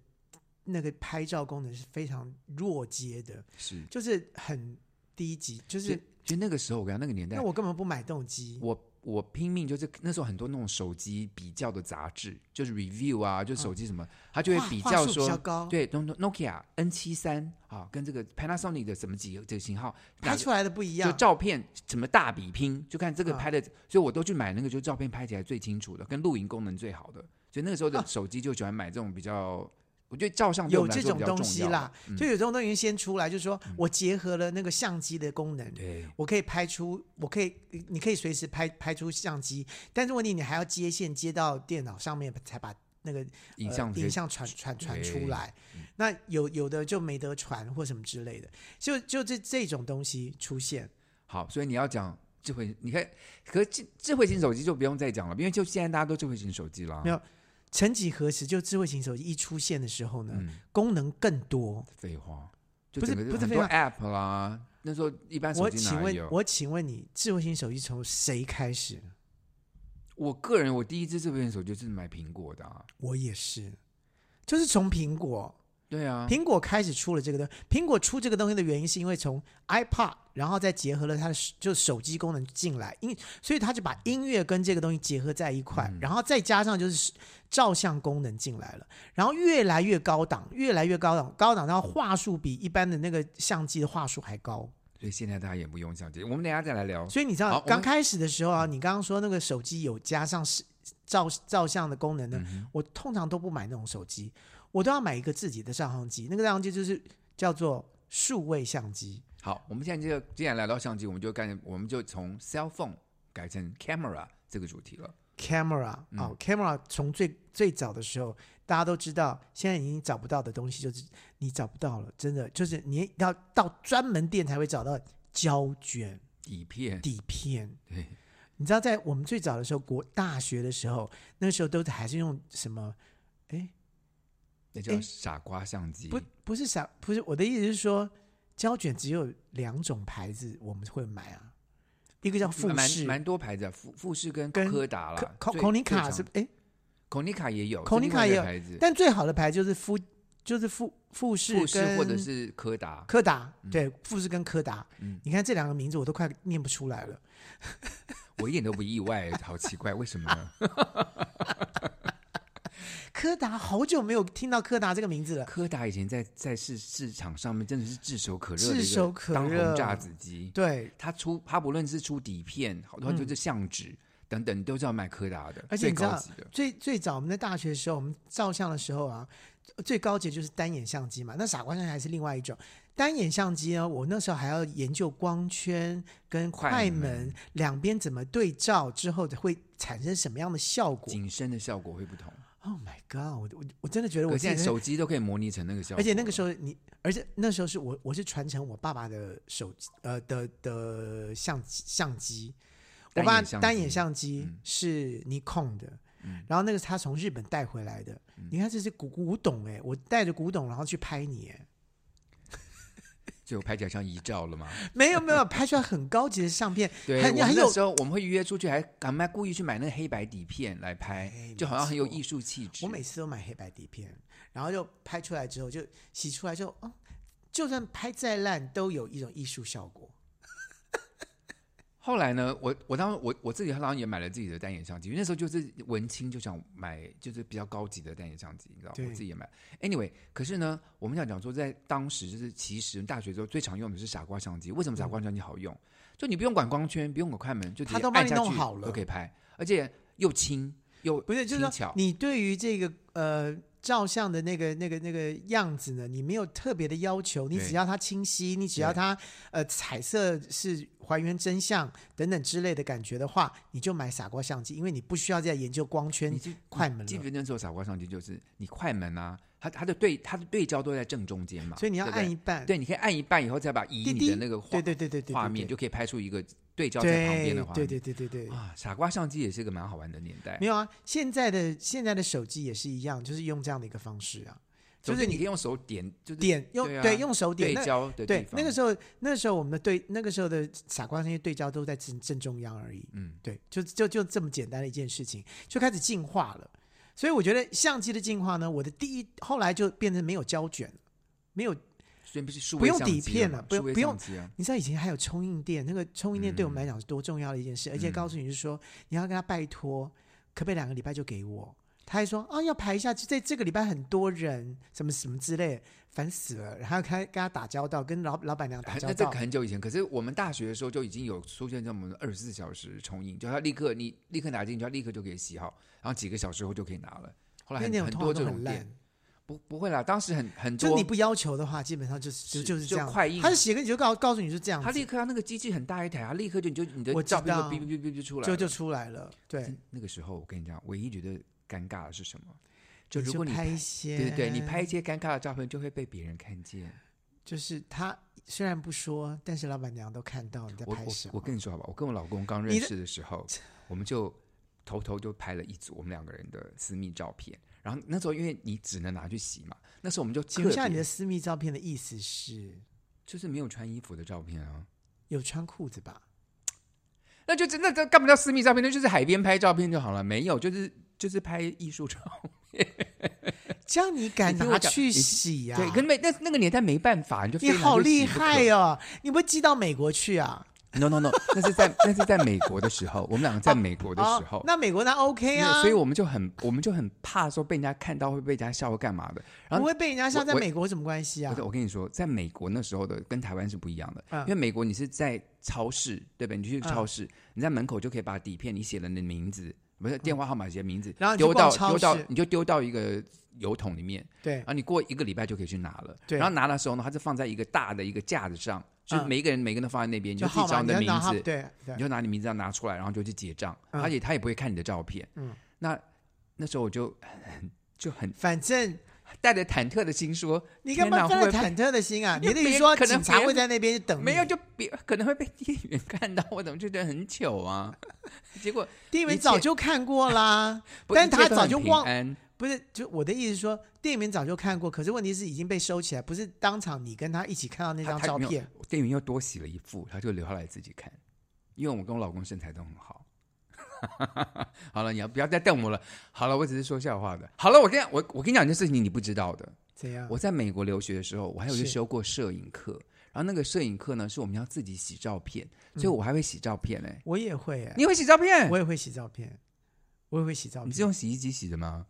Speaker 1: 那个拍照功能是非常弱阶的，
Speaker 2: 是
Speaker 1: 就是很低级，就
Speaker 2: 就是就那个时候，我跟你讲那个年代
Speaker 1: 那，我根本不买动机。
Speaker 2: 我我拼命就是那时候很多那种手机比较的杂志，就是 review 啊，就是手机什么，他就
Speaker 1: 画
Speaker 2: 会比
Speaker 1: 画
Speaker 2: 较
Speaker 1: 术
Speaker 2: 说
Speaker 1: 比较高，
Speaker 2: 对，Nok-，Nokia N 七三啊，跟这个 Panasonic 的什么几这个型号，哪
Speaker 1: 拍出来的不一样
Speaker 2: 就。照片怎么大比拼，就看这个
Speaker 1: 啊
Speaker 2: 拍的，所以我都去买那个，就照片拍起来最清楚的，跟录影功能最好的。所以那个时候的
Speaker 1: 啊
Speaker 2: 手机就喜欢买这种比较，我觉得照相对
Speaker 1: 有
Speaker 2: 我们
Speaker 1: 这
Speaker 2: 来说
Speaker 1: 种
Speaker 2: 比较
Speaker 1: 东
Speaker 2: 重
Speaker 1: 西
Speaker 2: 要
Speaker 1: 啦，
Speaker 2: 嗯
Speaker 1: 就有这种东西先出来，就是说我结合了那个相机的功能，
Speaker 2: 对
Speaker 1: 我可以拍出，我可以，你可以随时拍拍出相机，但是问题你还要接线接到电脑上面才把那个
Speaker 2: 影
Speaker 1: 呃
Speaker 2: 像
Speaker 1: 影
Speaker 2: 学
Speaker 1: 像传传传
Speaker 2: 对
Speaker 1: 出来。那有有的就没得传或什么之类的，就就这这种东西出现，
Speaker 2: 好，所以你要讲智慧，你看，可是智智慧型手机就不用再讲了，因为就现在大家都智慧型手机啦
Speaker 1: 没。有曾几何时，就智慧型手机一出现的时候呢，
Speaker 2: 嗯，
Speaker 1: 功能更多。
Speaker 2: 废话，就
Speaker 1: 不是
Speaker 2: 整个
Speaker 1: 不是
Speaker 2: 很
Speaker 1: 废
Speaker 2: 多
Speaker 1: 话
Speaker 2: App 啦，那时候一般手
Speaker 1: 我
Speaker 2: 机
Speaker 1: 请
Speaker 2: 哪
Speaker 1: 问
Speaker 2: 有，？
Speaker 1: 我请问你，智慧型手机从谁开始？
Speaker 2: 我个人我第一只智慧型手机就是买苹果的、啊，
Speaker 1: 我也是，就是从苹果，
Speaker 2: 对啊，
Speaker 1: 苹果开始出了这个东苹果出这个东西的原因是因为从 iPod，然后再结合了它的手就手机功能进来，因所以它就把音乐跟这个东西结合在一块，
Speaker 2: 嗯
Speaker 1: 然后再加上就是照相功能进来了，然后越来越高档，越来越高档，高档到话术比一般的那个相机的话术还高。
Speaker 2: 所以现在大家也不用相机，我们等一下再来聊。
Speaker 1: 所以你知
Speaker 2: 哦好
Speaker 1: 道
Speaker 2: 我们
Speaker 1: 刚开始的时候啊，你刚刚说那个手机有加上是照照相的功能呢，
Speaker 2: 嗯哼
Speaker 1: 我通常都不买那种手机，我都要买一个自己的照相机。那个照相机就是叫做数位相机。
Speaker 2: 好，我们现在就既然来到相机，我们就干，我们就从 cell phone 改成 camera 这个主题了。
Speaker 1: camera
Speaker 2: 嗯
Speaker 1: 哦、，camera 从最最早的时候，大家都知道，现在已经找不到的东西就是你找不到了，真的就是你要到专门店才会找到胶卷
Speaker 2: 底片，
Speaker 1: 底片。
Speaker 2: 对，
Speaker 1: 你知道，在我们最早的时候，国大学的时候，那时候都还是用什么？哎，
Speaker 2: 那叫
Speaker 1: 诶
Speaker 2: 傻瓜相机。
Speaker 1: 不，不是啥，不是我的意思是说，胶卷只有两种牌子我们会买啊，一个叫富
Speaker 2: 嗯蛮
Speaker 1: 士，
Speaker 2: 蛮多牌子啊，富富士跟
Speaker 1: 跟
Speaker 2: 柯达啦，
Speaker 1: 口
Speaker 2: 最
Speaker 1: 口尼卡是，哎，
Speaker 2: 孔尼卡也有
Speaker 1: Konica 也有
Speaker 2: 有牌子，
Speaker 1: 但最好的牌就是富，就是富富士
Speaker 2: 富士
Speaker 1: 跟
Speaker 2: 或者是柯达。
Speaker 1: 柯达，对，富士跟柯达，
Speaker 2: 嗯
Speaker 1: 你看这两个名字我都快念不出来了。
Speaker 2: 我一点都不意外，好奇怪，为什么呢？
Speaker 1: 柯达好久没有听到柯达这个名字了，
Speaker 2: 柯达以前在在市市场上面真的是炙手可热的一个
Speaker 1: 炙手可
Speaker 2: 当
Speaker 1: 热
Speaker 2: 红炸子鸡。
Speaker 1: 对，
Speaker 2: 他出他不论是出底片，好多就是相纸、等等，都是要卖柯达的，
Speaker 1: 而且
Speaker 2: 最
Speaker 1: 你知道
Speaker 2: 高级的。
Speaker 1: 最最早我们在大学的时候，我们照相的时候啊，最高级就是单眼相机嘛。那傻瓜相机还是另外一种。单眼相机呢，我那时候还要研究光圈跟快
Speaker 2: 快
Speaker 1: 门
Speaker 2: 门
Speaker 1: 两边怎么对照之后会产生什么样的效果。
Speaker 2: 景深的效果会不同，
Speaker 1: Oh my god！我我我真的觉得
Speaker 2: 我
Speaker 1: 我自
Speaker 2: 现
Speaker 1: 己
Speaker 2: 在
Speaker 1: 在
Speaker 2: 手机都可以模拟成那个效果了，
Speaker 1: 而且那个时候你，而且那时候是我我是传承我爸爸的手机呃的的相机相机，我
Speaker 2: 单
Speaker 1: 爸
Speaker 2: 眼相
Speaker 1: 单眼
Speaker 2: 机
Speaker 1: 相机
Speaker 2: 嗯
Speaker 1: 是尼控的，
Speaker 2: 嗯
Speaker 1: 然后那个是他从日本带回来的。你看这是古古董哎、我带着古董然后去拍你哎、
Speaker 2: 就拍起来像遗照
Speaker 1: <laughs>
Speaker 2: 了吗？
Speaker 1: 没有没有拍出来很高级的相片，
Speaker 2: 对，
Speaker 1: 很
Speaker 2: 我们
Speaker 1: 很
Speaker 2: 那
Speaker 1: 有
Speaker 2: 时候我们会约出去，还敢卖故意去买那个黑白底片来拍
Speaker 1: 哎，
Speaker 2: 就好像很有
Speaker 1: 没错
Speaker 2: 艺术气质。
Speaker 1: 我每次都买黑白底片，然后就拍出来之后就洗出来之后，哦，就算拍再烂都有一种艺术效果。
Speaker 2: 后来呢，我我当我我自己好像也买了自己的单眼相机，因为那时候就是文青就想买就是比较高级的单眼相机，你知道吗，
Speaker 1: 对
Speaker 2: 我自己也买。Anyway，可是呢，我们要讲说，在当时就是其实大学之后最常用的是傻瓜相机，为什么傻瓜相机好用？就你不用管光圈，不用管快门，就直
Speaker 1: 嗯它
Speaker 2: 接
Speaker 1: 都帮
Speaker 2: 按
Speaker 1: 你
Speaker 2: 下
Speaker 1: 弄
Speaker 2: 去
Speaker 1: 好了
Speaker 2: 都可以拍，而且又轻又
Speaker 1: 不是，就是
Speaker 2: 轻
Speaker 1: 说
Speaker 2: 巧。
Speaker 1: 你对于这个呃照相的那个那个那个样子呢，你没有特别的要求，你
Speaker 2: 对
Speaker 1: 只要它清晰，你只要
Speaker 2: 对
Speaker 1: 它呃彩色是还原真相等等之类的感觉的话，你就买傻瓜相机，因为你不需要再研究光圈
Speaker 2: 你记
Speaker 1: 快门
Speaker 2: 记
Speaker 1: 了。
Speaker 2: 不记得那时候傻瓜相机就是你快门啊，它它的对它的对焦都在正中间嘛，
Speaker 1: 所以你要
Speaker 2: 对不对
Speaker 1: 按一半，
Speaker 2: 对，你可以按一半以后再把移
Speaker 1: 滴
Speaker 2: 你
Speaker 1: 滴
Speaker 2: 的那个画
Speaker 1: 对对对对对，
Speaker 2: 画面，
Speaker 1: 对
Speaker 2: 就可以拍出一个对焦在旁边
Speaker 1: 对
Speaker 2: 的画
Speaker 1: 对
Speaker 2: 面。
Speaker 1: 对对对对。
Speaker 2: 啊，傻瓜相机也是个蛮好玩的年代
Speaker 1: 没，有啊，现在的现在的手机也是一样，就是用这样的一个方式啊，就
Speaker 2: 总
Speaker 1: 是
Speaker 2: 你
Speaker 1: 你
Speaker 2: 可以用手点，就是
Speaker 1: 点用
Speaker 2: 对啊
Speaker 1: 对用手点，
Speaker 2: 对
Speaker 1: 那
Speaker 2: 焦的地
Speaker 1: 对，
Speaker 2: 方。
Speaker 1: 那个时候，那时候我们的对那个时候的傻瓜那些对焦都在正正中央而已。
Speaker 2: 嗯，
Speaker 1: 对，就就就这么简单的一件事情，就开始进化了。所以我觉得相机的进化呢，我的第一后来就变成没有胶卷，没有。
Speaker 2: 所以不是数
Speaker 1: 不
Speaker 2: 位
Speaker 1: 用
Speaker 2: 相
Speaker 1: 底
Speaker 2: 机
Speaker 1: 片
Speaker 2: 了
Speaker 1: 了
Speaker 2: 嘛
Speaker 1: 不
Speaker 2: 数
Speaker 1: 用
Speaker 2: 位
Speaker 1: 不
Speaker 2: 相
Speaker 1: 用
Speaker 2: 机啊
Speaker 1: 你知道以前还有充印店，那个充印店对我们
Speaker 2: 嗯
Speaker 1: 来讲是多重要的一件事，而且
Speaker 2: 嗯
Speaker 1: 告诉你是说，你要跟他拜托，可不可以两个礼拜就给我？他还说哦，要排一下，就在这个礼拜很多人，什么什么之类的，烦死了。然后跟他跟他打交道，跟老老板娘打
Speaker 2: 很
Speaker 1: 交
Speaker 2: <laughs> 那这
Speaker 1: 道
Speaker 2: 个。很久以前，可是我们大学的时候就已经有出现这么二十四小时重映，就它立刻你立刻拿进去，它立刻就可以洗好，然后几个小时后就可以拿了。后来
Speaker 1: 因为那种
Speaker 2: 很很
Speaker 1: 通常
Speaker 2: 多
Speaker 1: 都
Speaker 2: 这
Speaker 1: 很
Speaker 2: 种
Speaker 1: 烂
Speaker 2: 店，，不不会啦，当时很很
Speaker 1: 就是你
Speaker 2: 多，
Speaker 1: 不要求的话，基本上就是就是就是这
Speaker 2: 就
Speaker 1: 样。
Speaker 2: 快印
Speaker 1: 他是写给你就告告诉你是这样子，
Speaker 2: 它立刻啊那个机器很大一台，它立刻就你就你的
Speaker 1: 我知
Speaker 2: 照片就
Speaker 1: 道
Speaker 2: 哔哔哔哔哔出来
Speaker 1: 就
Speaker 2: 了，嗯
Speaker 1: 就出来了。对，
Speaker 2: 那个时候我跟你讲，唯一觉得尴尬的是什么？就
Speaker 1: 你
Speaker 2: 如果你
Speaker 1: 拍一些，
Speaker 2: 对对对，你拍一些尴尬的照片就会被别人看见。
Speaker 1: 就是他虽然不说，但是老板娘都看到你在
Speaker 2: 我
Speaker 1: 拍
Speaker 2: 我
Speaker 1: 什么。
Speaker 2: 我跟你说好吧，我跟我老公刚认
Speaker 1: 你的
Speaker 2: 识的时候，我们就偷偷就拍了一组我们两个人的私密照片。然后那时候因为你只能拿去洗嘛，那时候我们就
Speaker 1: 请问一
Speaker 2: 特
Speaker 1: 下，你
Speaker 2: 别
Speaker 1: 的私密照片的意思是
Speaker 2: 就是没有穿衣服的照片啊。
Speaker 1: 有穿裤子吧？
Speaker 2: 那就真的这干不叫私密照片，那就是海边拍照片就好了。没有，就是就是拍艺术照。
Speaker 1: 这样你敢
Speaker 2: 哎你听
Speaker 1: 拿
Speaker 2: 我讲
Speaker 1: 去
Speaker 2: 你
Speaker 1: 洗呀、
Speaker 2: 对，可是没那那个年代没办法，你就非
Speaker 1: 你
Speaker 2: 拿去
Speaker 1: 好厉
Speaker 2: 洗不可
Speaker 1: 害哦！你不会寄到美国去啊？
Speaker 2: No no no，那是在那是在美国的时候，我们两个在美国的时候，
Speaker 1: 哦、那美国那 OK
Speaker 2: 对
Speaker 1: 啊，
Speaker 2: 所以我们就很我们就很怕说被人家看到会被人家笑或干嘛的。然
Speaker 1: 不
Speaker 2: 后
Speaker 1: 会被人家笑，
Speaker 2: 我
Speaker 1: 在
Speaker 2: 我
Speaker 1: 美国有什么关系啊
Speaker 2: 我就？我跟你说，在美国那时候的跟台湾是不一样的，
Speaker 1: 嗯
Speaker 2: 因为美国你是在超市，对吧？你去超市，你在门口就可以把底片你写了你的名字，不是电话号码写的名字，
Speaker 1: 嗯然后你去
Speaker 2: 丢到
Speaker 1: 逛超
Speaker 2: 丢到
Speaker 1: 市
Speaker 2: 你就丢到一个油桶里面，
Speaker 1: 对
Speaker 2: 然，后你过一个礼拜就可以去拿了。
Speaker 1: 对
Speaker 2: 然后拿的时候呢，它是放在一个大的一个架子上，就是
Speaker 1: 嗯
Speaker 2: 每一个人每个人都放在那边，你
Speaker 1: 就
Speaker 2: 就自己
Speaker 1: 号码
Speaker 2: 找
Speaker 1: 你
Speaker 2: 的
Speaker 1: 要
Speaker 2: 名
Speaker 1: 拿号
Speaker 2: 字，
Speaker 1: 对对
Speaker 2: 你，就拿你名字这样拿出来，然后就去结账，
Speaker 1: 嗯
Speaker 2: 而且他也不会看你的照片。
Speaker 1: 嗯
Speaker 2: 嗯，那那时候我就就很
Speaker 1: 反正
Speaker 2: 带着忐忑的心说，
Speaker 1: 你干
Speaker 2: 天
Speaker 1: 嘛
Speaker 2: 哪，
Speaker 1: 放
Speaker 2: 会
Speaker 1: 了
Speaker 2: 不会
Speaker 1: 忐忑的心啊？你
Speaker 2: 因为
Speaker 1: 的意思
Speaker 2: 别
Speaker 1: 说
Speaker 2: 可能
Speaker 1: 警察
Speaker 2: 别
Speaker 1: 会在那边等你？
Speaker 2: 没有就别可能会被店员看到，我怎么就觉得很糗
Speaker 1: <laughs>
Speaker 2: 啊？结果
Speaker 1: 店员
Speaker 2: 一切
Speaker 1: 早
Speaker 2: <laughs>
Speaker 1: 就看过啦，
Speaker 2: 不
Speaker 1: 但
Speaker 2: 一切
Speaker 1: 他
Speaker 2: 都
Speaker 1: 早
Speaker 2: 很
Speaker 1: 就
Speaker 2: 平
Speaker 1: 忘
Speaker 2: 安
Speaker 1: 不是？就我的意思是说，店员早就看过，可是问题是已经被收起来，不是当场你跟他一起看到那张
Speaker 2: 他
Speaker 1: 照
Speaker 2: 他没有
Speaker 1: 片，
Speaker 2: 店员又多洗了一副，他就留下来自己看，因为我跟我老公身材都很好。 <laughs> 好了，你要不要再瞪我了？好了，我只是说笑话的。好了，我跟你讲我我跟你讲一件事情，你不知道的。
Speaker 1: 怎样？
Speaker 2: 我在美国留学的时候，我还有
Speaker 1: 嗯
Speaker 2: 去
Speaker 1: 是
Speaker 2: 修过摄影课，然后那个摄影课呢是我们要自己洗照片，所以我还会洗照片嘞、
Speaker 1: 嗯我也会、欸，
Speaker 2: 你会洗照片？
Speaker 1: 我也会洗照片。我也会洗照
Speaker 2: <laughs> 你
Speaker 1: 片
Speaker 2: 是。用洗衣机洗的吗？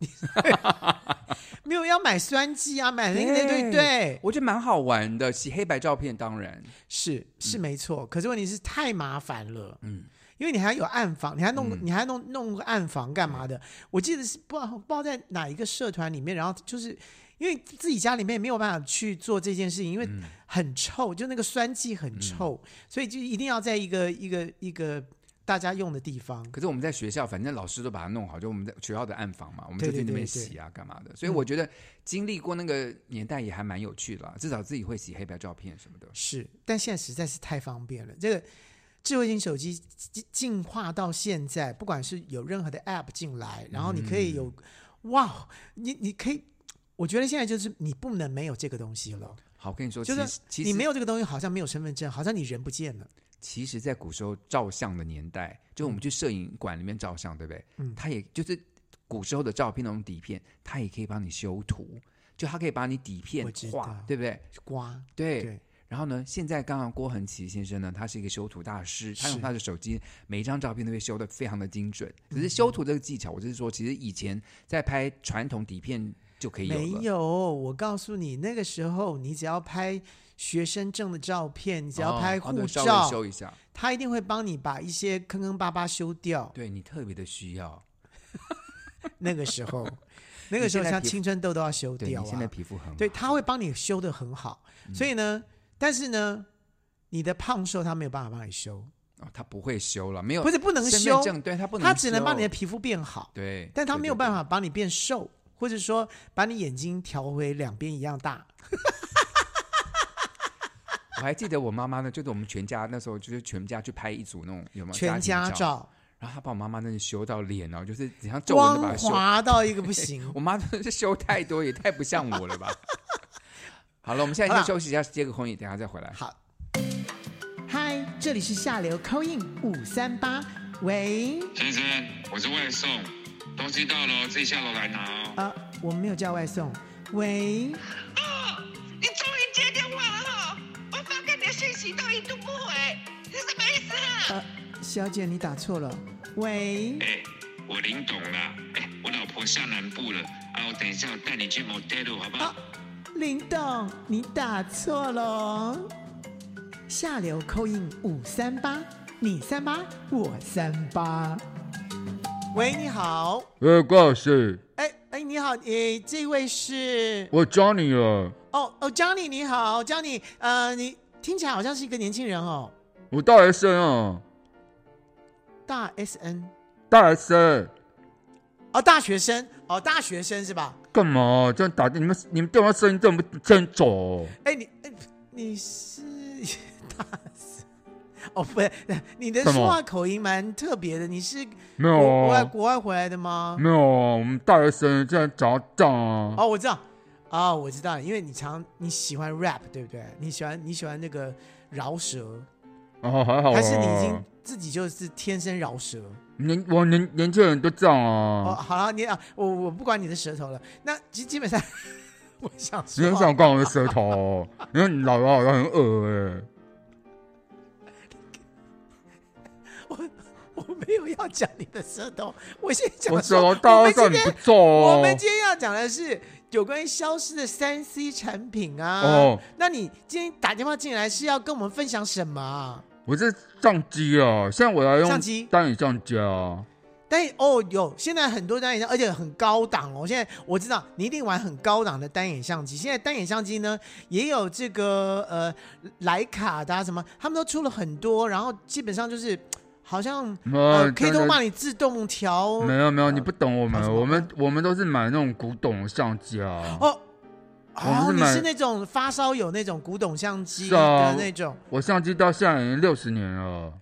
Speaker 1: 没有要买酸剂啊，买那个那
Speaker 2: 对
Speaker 1: 堆对，
Speaker 2: 我觉得蛮好玩的，洗黑白照片当然，
Speaker 1: 是是没错。可是问题是太麻烦了，
Speaker 2: 嗯，
Speaker 1: 因为你还有暗房，你还弄、
Speaker 2: 嗯
Speaker 1: 你还弄弄个暗房干嘛的？我记得是不知道不知道在哪一个社团里面，然后就是。因为自己家里面也没有办法去做这件事情，因为
Speaker 2: 嗯
Speaker 1: 很臭，就那个酸剂很臭，所以就一定要在一个一个一个大家用的地方。
Speaker 2: 可是我们在学校，反正老师都把它弄好，就我们在学校的暗房嘛，我们
Speaker 1: 对
Speaker 2: 就在
Speaker 1: 对
Speaker 2: 那边
Speaker 1: 对对嗯
Speaker 2: 洗啊，干嘛的。所以我觉得经历过那个年代也还蛮有趣的啦，至少自己会洗黑白照片什么的。
Speaker 1: 是，但现在实在是太方便了。这个智慧型手机进进化到现在，不管是有任何的 App 进来，然后你可以有，
Speaker 2: 嗯
Speaker 1: 哇，哦你你可以，我觉得现在就是你不能没有这个东西了。
Speaker 2: 好，我跟你说，
Speaker 1: 就是
Speaker 2: 其实其实
Speaker 1: 你没有这个东西，好像没有身份证，好像你人不见了。
Speaker 2: 其实，在古时候照相的年代，就我们去摄影馆里面照相，对不对？
Speaker 1: 嗯
Speaker 2: 它也就是古时候的照片那种底片，它也可以帮你修图，就它可以把你底片
Speaker 1: 我知
Speaker 2: 画
Speaker 1: 道，
Speaker 2: 对不对？
Speaker 1: 瓜，
Speaker 2: 对。
Speaker 1: 对，
Speaker 2: 然后呢，现在刚刚郭恒奇先生呢，他是一个修图大师，他用
Speaker 1: 是
Speaker 2: 他的手机每一张照片都会修的非常的精准。只
Speaker 1: 嗯
Speaker 2: 是修图这个技巧，我就是说，其实以前在拍传统底片就可以有
Speaker 1: 没
Speaker 2: 了。
Speaker 1: 有。我告诉你，那个时候你只要拍学生证的照片，你只要
Speaker 2: 哦
Speaker 1: 拍
Speaker 2: 哦
Speaker 1: 护
Speaker 2: 对稍微
Speaker 1: 照，
Speaker 2: 修一下，
Speaker 1: 他一定会帮你把一些坑坑巴巴修掉。
Speaker 2: 对你特别的需要。
Speaker 1: 那个时
Speaker 2: <laughs>
Speaker 1: 候，那
Speaker 2: 你
Speaker 1: 个时
Speaker 2: 现
Speaker 1: 候
Speaker 2: 在
Speaker 1: 像
Speaker 2: 皮肤
Speaker 1: 青春痘都要修
Speaker 2: 对
Speaker 1: 掉
Speaker 2: 你现在
Speaker 1: 啊。
Speaker 2: 皮肤嗯很好，
Speaker 1: 对，他会帮你修的很好，所以呢，但是呢，你的胖瘦他没有办法帮你修，
Speaker 2: 哦，他不会修了，没有
Speaker 1: 不是不能
Speaker 2: 身份
Speaker 1: 修，
Speaker 2: 证对他不能，
Speaker 1: 他只能帮你的。皮肤变好，
Speaker 2: 对，
Speaker 1: 但他
Speaker 2: 对
Speaker 1: 没有办。
Speaker 2: 对
Speaker 1: 法帮你变瘦，或者说把你眼睛调回两边一样大。
Speaker 2: 对我还记得我妈妈呢，就是我们全家那时候就是全家去拍一组那种有没有
Speaker 1: 全家
Speaker 2: 家庭照，
Speaker 1: 照
Speaker 2: 然后她把我妈妈那里修到脸哦，就是你像皱纹都把
Speaker 1: 光
Speaker 2: 它修
Speaker 1: 滑到一个不行
Speaker 2: <laughs> 。我妈真的是修太多，也太不像我了吧？ <laughs> 好了，我们现在
Speaker 1: 好
Speaker 2: 先
Speaker 1: 啦
Speaker 2: 休息一下，接个空椅，等一下再回来。
Speaker 1: 好，嗨，这里是下流 coin 五三八，喂，
Speaker 3: 先生，我是外送，东西到了哦自己下楼来拿哦。
Speaker 1: 啊，我们没有叫外送，喂。
Speaker 4: 哦，你终于接电话了哈、我发给你的讯息都一度不回，是什么意思啊？
Speaker 1: 呃，小姐，你打错了。喂，
Speaker 3: 哎、我林董啦，哎、我老婆下南部了，啊，我等一下我带你去 motel 好不好？
Speaker 1: 啊林董，你打错了哦。下流扣印五三八，你三八，我三八。喂，你好。
Speaker 5: 呃，郭老师，
Speaker 1: 哎哎，你好，诶，这位是
Speaker 5: 我找你啊了，
Speaker 1: 哦哦，Johnny，你好，Johnny，呃，你听起来好像是一个年轻人哦，
Speaker 5: 我大 S N 啊，
Speaker 1: 大 S N
Speaker 5: 大 S N，
Speaker 1: 哦，大学生哦，大学生是吧？
Speaker 5: 干嘛这样打？你们你们电话声音这么真走？
Speaker 1: 哎，你哎，你是 <laughs> 大四哦，不是，你的
Speaker 5: 什么
Speaker 1: 说话口音蛮特别的。你是国
Speaker 5: 没有
Speaker 1: 国外
Speaker 5: 啊，
Speaker 1: 国外回来的吗？
Speaker 5: 没有啊，我们大 S N 这样找账啊。
Speaker 1: 哦，我知道，哦，我知道，因为你常你喜欢 rap，对不对？你喜欢你喜欢那个饶舌，
Speaker 5: 哦，还好啊。
Speaker 1: 还是你已经自己就是天生饶舌？
Speaker 5: 年我年年轻人都这样
Speaker 1: 哦，
Speaker 5: 啊？
Speaker 1: 好了，你啊，我我不管你的舌头了。那基基本上， <laughs> 我想
Speaker 5: 你
Speaker 1: 说，
Speaker 5: 很想干我的舌头？啊你看你老了好像很恶哎。
Speaker 1: 我没有要讲你的舌头，我现在讲
Speaker 5: 我
Speaker 1: 说
Speaker 5: 舌头大
Speaker 1: 我们
Speaker 5: 到你
Speaker 1: 今
Speaker 5: 不
Speaker 1: 天
Speaker 5: 皱
Speaker 1: 我
Speaker 5: 哦
Speaker 1: 们。今天要讲的是有关于消失的三 C 产品啊。
Speaker 5: 哦，
Speaker 1: 那你今天打电话进来是要跟我们分享什么啊？
Speaker 5: 我是相机啊，现在我来
Speaker 1: 相
Speaker 5: 用
Speaker 1: 机
Speaker 5: 单眼相机啊。
Speaker 1: 但哦，有现在很多单眼相，而且很高档哦。现在我知道你一定玩很高档的单眼相机。现在单眼相机呢，也有这个呃徕卡的、啊、什么，他们都出了很多，然后基本上就是好像
Speaker 5: 啊
Speaker 1: 呃，可以
Speaker 5: 真的
Speaker 1: 都帮你自动调
Speaker 5: 没有没有，你不懂我
Speaker 1: 啊什
Speaker 5: 们，
Speaker 1: 么
Speaker 5: 我们我们都是买那种古董的相机啊。
Speaker 1: 哦。
Speaker 5: 我
Speaker 1: 哦，
Speaker 5: 们是
Speaker 1: 你
Speaker 5: 买
Speaker 1: 是那种发烧友那种古董相机
Speaker 5: 是啊
Speaker 1: 的那种，
Speaker 5: 我相机到现在已经六十年了，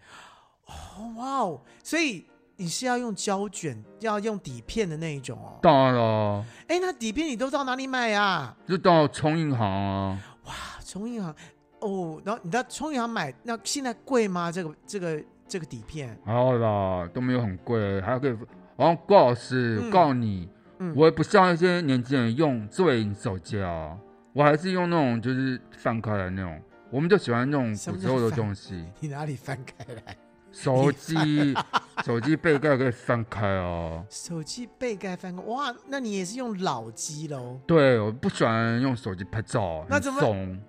Speaker 1: 哦哇哦！所以你是要用胶卷，要用底片的那一种哦。
Speaker 5: 当然了，
Speaker 1: 哎，那底片你都到哪里买啊？
Speaker 5: 就到冲银行啊，
Speaker 1: 啊，从银行哦，然后你到从银行买，那现在贵吗？这个这个这个底片？
Speaker 5: 还好啦，都没有很贵，还可以。然后郭老师，
Speaker 1: 嗯
Speaker 5: 我告诉你，
Speaker 1: 嗯
Speaker 5: 我也不像一些年轻人用智慧型手机啊，我还是用那
Speaker 1: <laughs>
Speaker 5: 种就是翻开来那种，我们就喜欢那种古时候的东西，
Speaker 1: 你哪里翻开来？
Speaker 5: 手机手机背盖可以翻开哦。
Speaker 1: 手机背盖翻过，哇，那你也是用老机喽？
Speaker 5: 对，我不喜欢用手机拍照，
Speaker 1: 那
Speaker 5: 很
Speaker 1: 怎么
Speaker 5: 怂。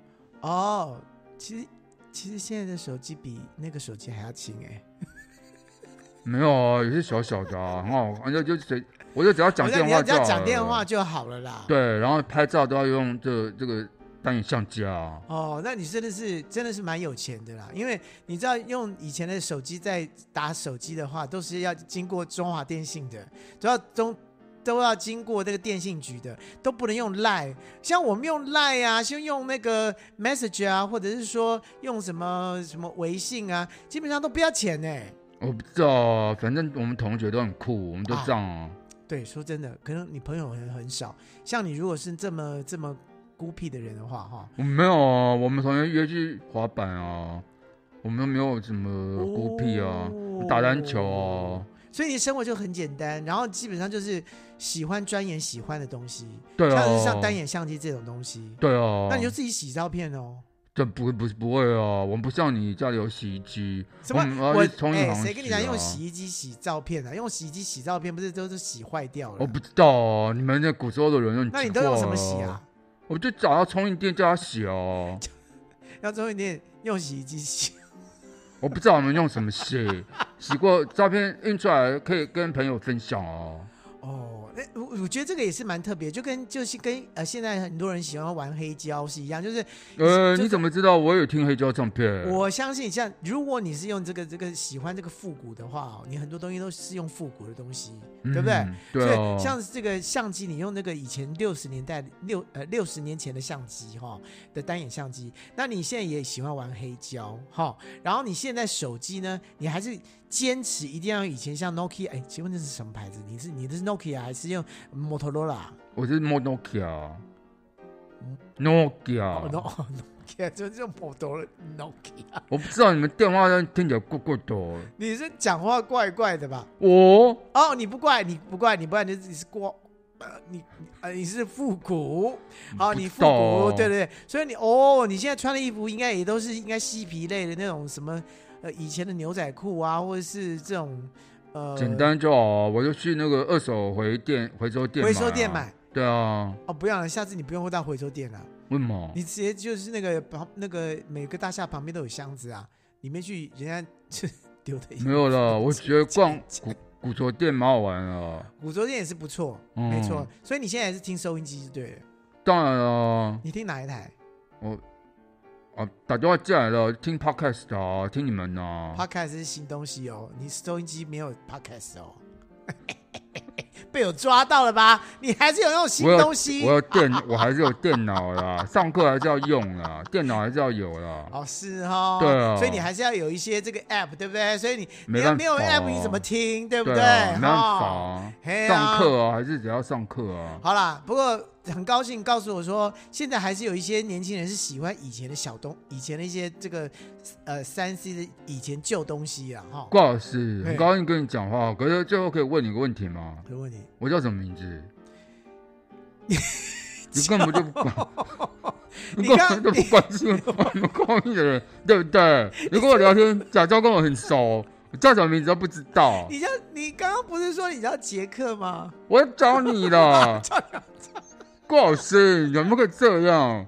Speaker 1: 哦，其实其实现在的手机比那个手机还要轻哎、
Speaker 5: 没有啊，也是小小的啊，很好，就就随，我就只要讲
Speaker 1: 好像
Speaker 5: 电
Speaker 1: 你要
Speaker 5: 话
Speaker 1: 只
Speaker 5: 就好
Speaker 1: 要
Speaker 5: 了
Speaker 1: 讲电话。就好了啦。，
Speaker 5: 对，然后拍照都要用这个这个单眼相机啊。
Speaker 1: 哦，那你真的是真的是蛮有钱的啦，因为你知道用以前的手机在打手机的话，都是要经过中华电信的，都要中。都要经过那个电信局的，都不能用 Line。像我们用 Line 啊，先用那个 Message 啊，或者是说用什么什么微信啊，基本上都不要钱呢、
Speaker 5: 我不知道啊，反正我们同学都很酷，我们都这样啊。
Speaker 1: 对，说真的，可能你朋友很很少。像你如果是这么这么孤僻的人的话，哈，
Speaker 5: 我没有啊，我们同学约去滑板啊，我们没有什么孤僻啊，
Speaker 1: 哦
Speaker 5: 打篮球啊，
Speaker 1: 所以你的生活就很简单，然后基本上就是喜欢钻研喜欢的东西，
Speaker 5: 对啊
Speaker 1: 像是像单眼相机这种东西，
Speaker 5: 对啊。
Speaker 1: 那你就自己洗照片哦。
Speaker 5: 这不不不会啊，我们不像你家里有洗衣机，
Speaker 1: 什么
Speaker 5: 我们？
Speaker 1: 我
Speaker 5: 要去啊冲
Speaker 1: 哎、
Speaker 5: 一行
Speaker 1: 谁跟你讲用洗
Speaker 5: 衣？
Speaker 1: 衣机洗照片啊？用洗衣机洗照片不是都是洗坏掉了？
Speaker 5: 我不知道啊，你们那古时候的人用
Speaker 1: 那你
Speaker 5: 几
Speaker 1: 都用
Speaker 5: 块
Speaker 1: 什么洗
Speaker 5: 哦
Speaker 1: 啊？？
Speaker 5: 我就找到冲印店叫他洗
Speaker 1: <laughs>
Speaker 5: 哦，
Speaker 1: 要最后一点用洗衣机洗。
Speaker 5: 我不知道我们用什
Speaker 1: <laughs>
Speaker 5: 么洗，洗过照片印出来可以跟朋友分享哦。
Speaker 1: 哦，那我我觉得这个也是蛮特别，就跟就是跟呃现在很多人喜欢玩黑胶是一样，就是
Speaker 5: 呃，
Speaker 1: 就
Speaker 5: 你
Speaker 1: 是
Speaker 5: 怎么知道我有听黑胶唱片？
Speaker 1: 我相信像如果你是用这个这个喜欢这个复古的话哦，你很多东西都是用复古的东西，
Speaker 5: 嗯
Speaker 1: 对不对？？
Speaker 5: 对
Speaker 1: 所
Speaker 5: 哦，
Speaker 1: 以像这个相机，你用那个以前六十年代六呃六十年前的相机哈、的单眼相机，那你现在也喜欢玩黑胶哈、然后你现在手机呢，你还是坚持一定要以前像 Nokia，哎，请问这是什么牌子？你是你的是 Nokia 还是用嗯 Motorola？
Speaker 5: 我是摸 Nokia。
Speaker 1: 嗯
Speaker 5: Nokia，、
Speaker 1: 哦，no，Nokia 就是用 Motorola，Nokia。
Speaker 5: 我不知道你们电话听起来怪怪的哦。
Speaker 1: <laughs> 你是讲话怪怪的吧？
Speaker 5: 我
Speaker 1: 哦，你不怪，你不怪，你不怪，你你是过，呃，你呃你是复古，好，
Speaker 5: 不
Speaker 1: 你
Speaker 5: 知
Speaker 1: 复
Speaker 5: 道
Speaker 1: 古
Speaker 5: 哦，
Speaker 1: 对对对，所以你哦，你现在穿的衣服应该也都是应该嬉皮类的那种什么，呃，以前的牛仔裤啊，或者是这种，呃，
Speaker 5: 简单就好，啊我就去那个二手回店回收店
Speaker 1: 回收店
Speaker 5: 啊
Speaker 1: 买。
Speaker 5: 对啊，
Speaker 1: 哦，不要了，下次你不用到回收店了，
Speaker 5: 为什么？
Speaker 1: 你直接就是那个旁那个每个大厦旁边都有箱子啊，里面去人家 <laughs> 就丢的衣服。
Speaker 5: 没有啦，我觉得逛
Speaker 1: 这
Speaker 5: 古古着店蛮好玩的。啊
Speaker 1: 古着店也是不错，
Speaker 5: 嗯
Speaker 1: 没错。所以你现在还是听收音机就对了，
Speaker 5: 当然啊，
Speaker 1: 你听哪一台
Speaker 5: 我啊打电话进来了，听 podcast 的啊，听你们啊。
Speaker 1: ？Podcast 是新东西哦，你收音机没有 Podcast 哦。 <laughs> 被我抓到了吧？你还是有用新
Speaker 5: 我有
Speaker 1: 东西
Speaker 5: 我有电，我还是有电脑啦， <laughs> 上课还是要用啦，电脑还是要有啦。
Speaker 1: 哦，是哦，
Speaker 5: 对啊
Speaker 1: 所以你还是要有一些这个 app，对不对？所以你
Speaker 5: 没
Speaker 1: 你
Speaker 5: 办法
Speaker 1: 要没有 app 你怎么听，对不
Speaker 5: 对
Speaker 1: 对？
Speaker 5: 啊，没办法
Speaker 1: 哈
Speaker 5: 啊，
Speaker 1: 嘿啊
Speaker 5: 上课啊，还是只要上课啊。
Speaker 1: 好啦，不过很高兴告诉我说，现在还是有一些年轻人是喜欢以前的小东，以前的一些这个呃三 C 的以前旧东西啊，哈。
Speaker 5: 顾老师，
Speaker 1: 嘿
Speaker 5: 很高兴跟你讲话，可是最后可以问你个问题吗？
Speaker 1: 没问题。
Speaker 5: 我叫什么名字？你根本就不管，
Speaker 1: 你
Speaker 5: 根
Speaker 1: 刚
Speaker 5: 本就不关心我们高一的人，对不对？你跟我聊天，假装跟我很熟，我叫什么名字都不知道，
Speaker 1: 你叫你刚刚不是说你叫杰克吗？
Speaker 5: 我要找你了。顾老师，你怎么可以这样？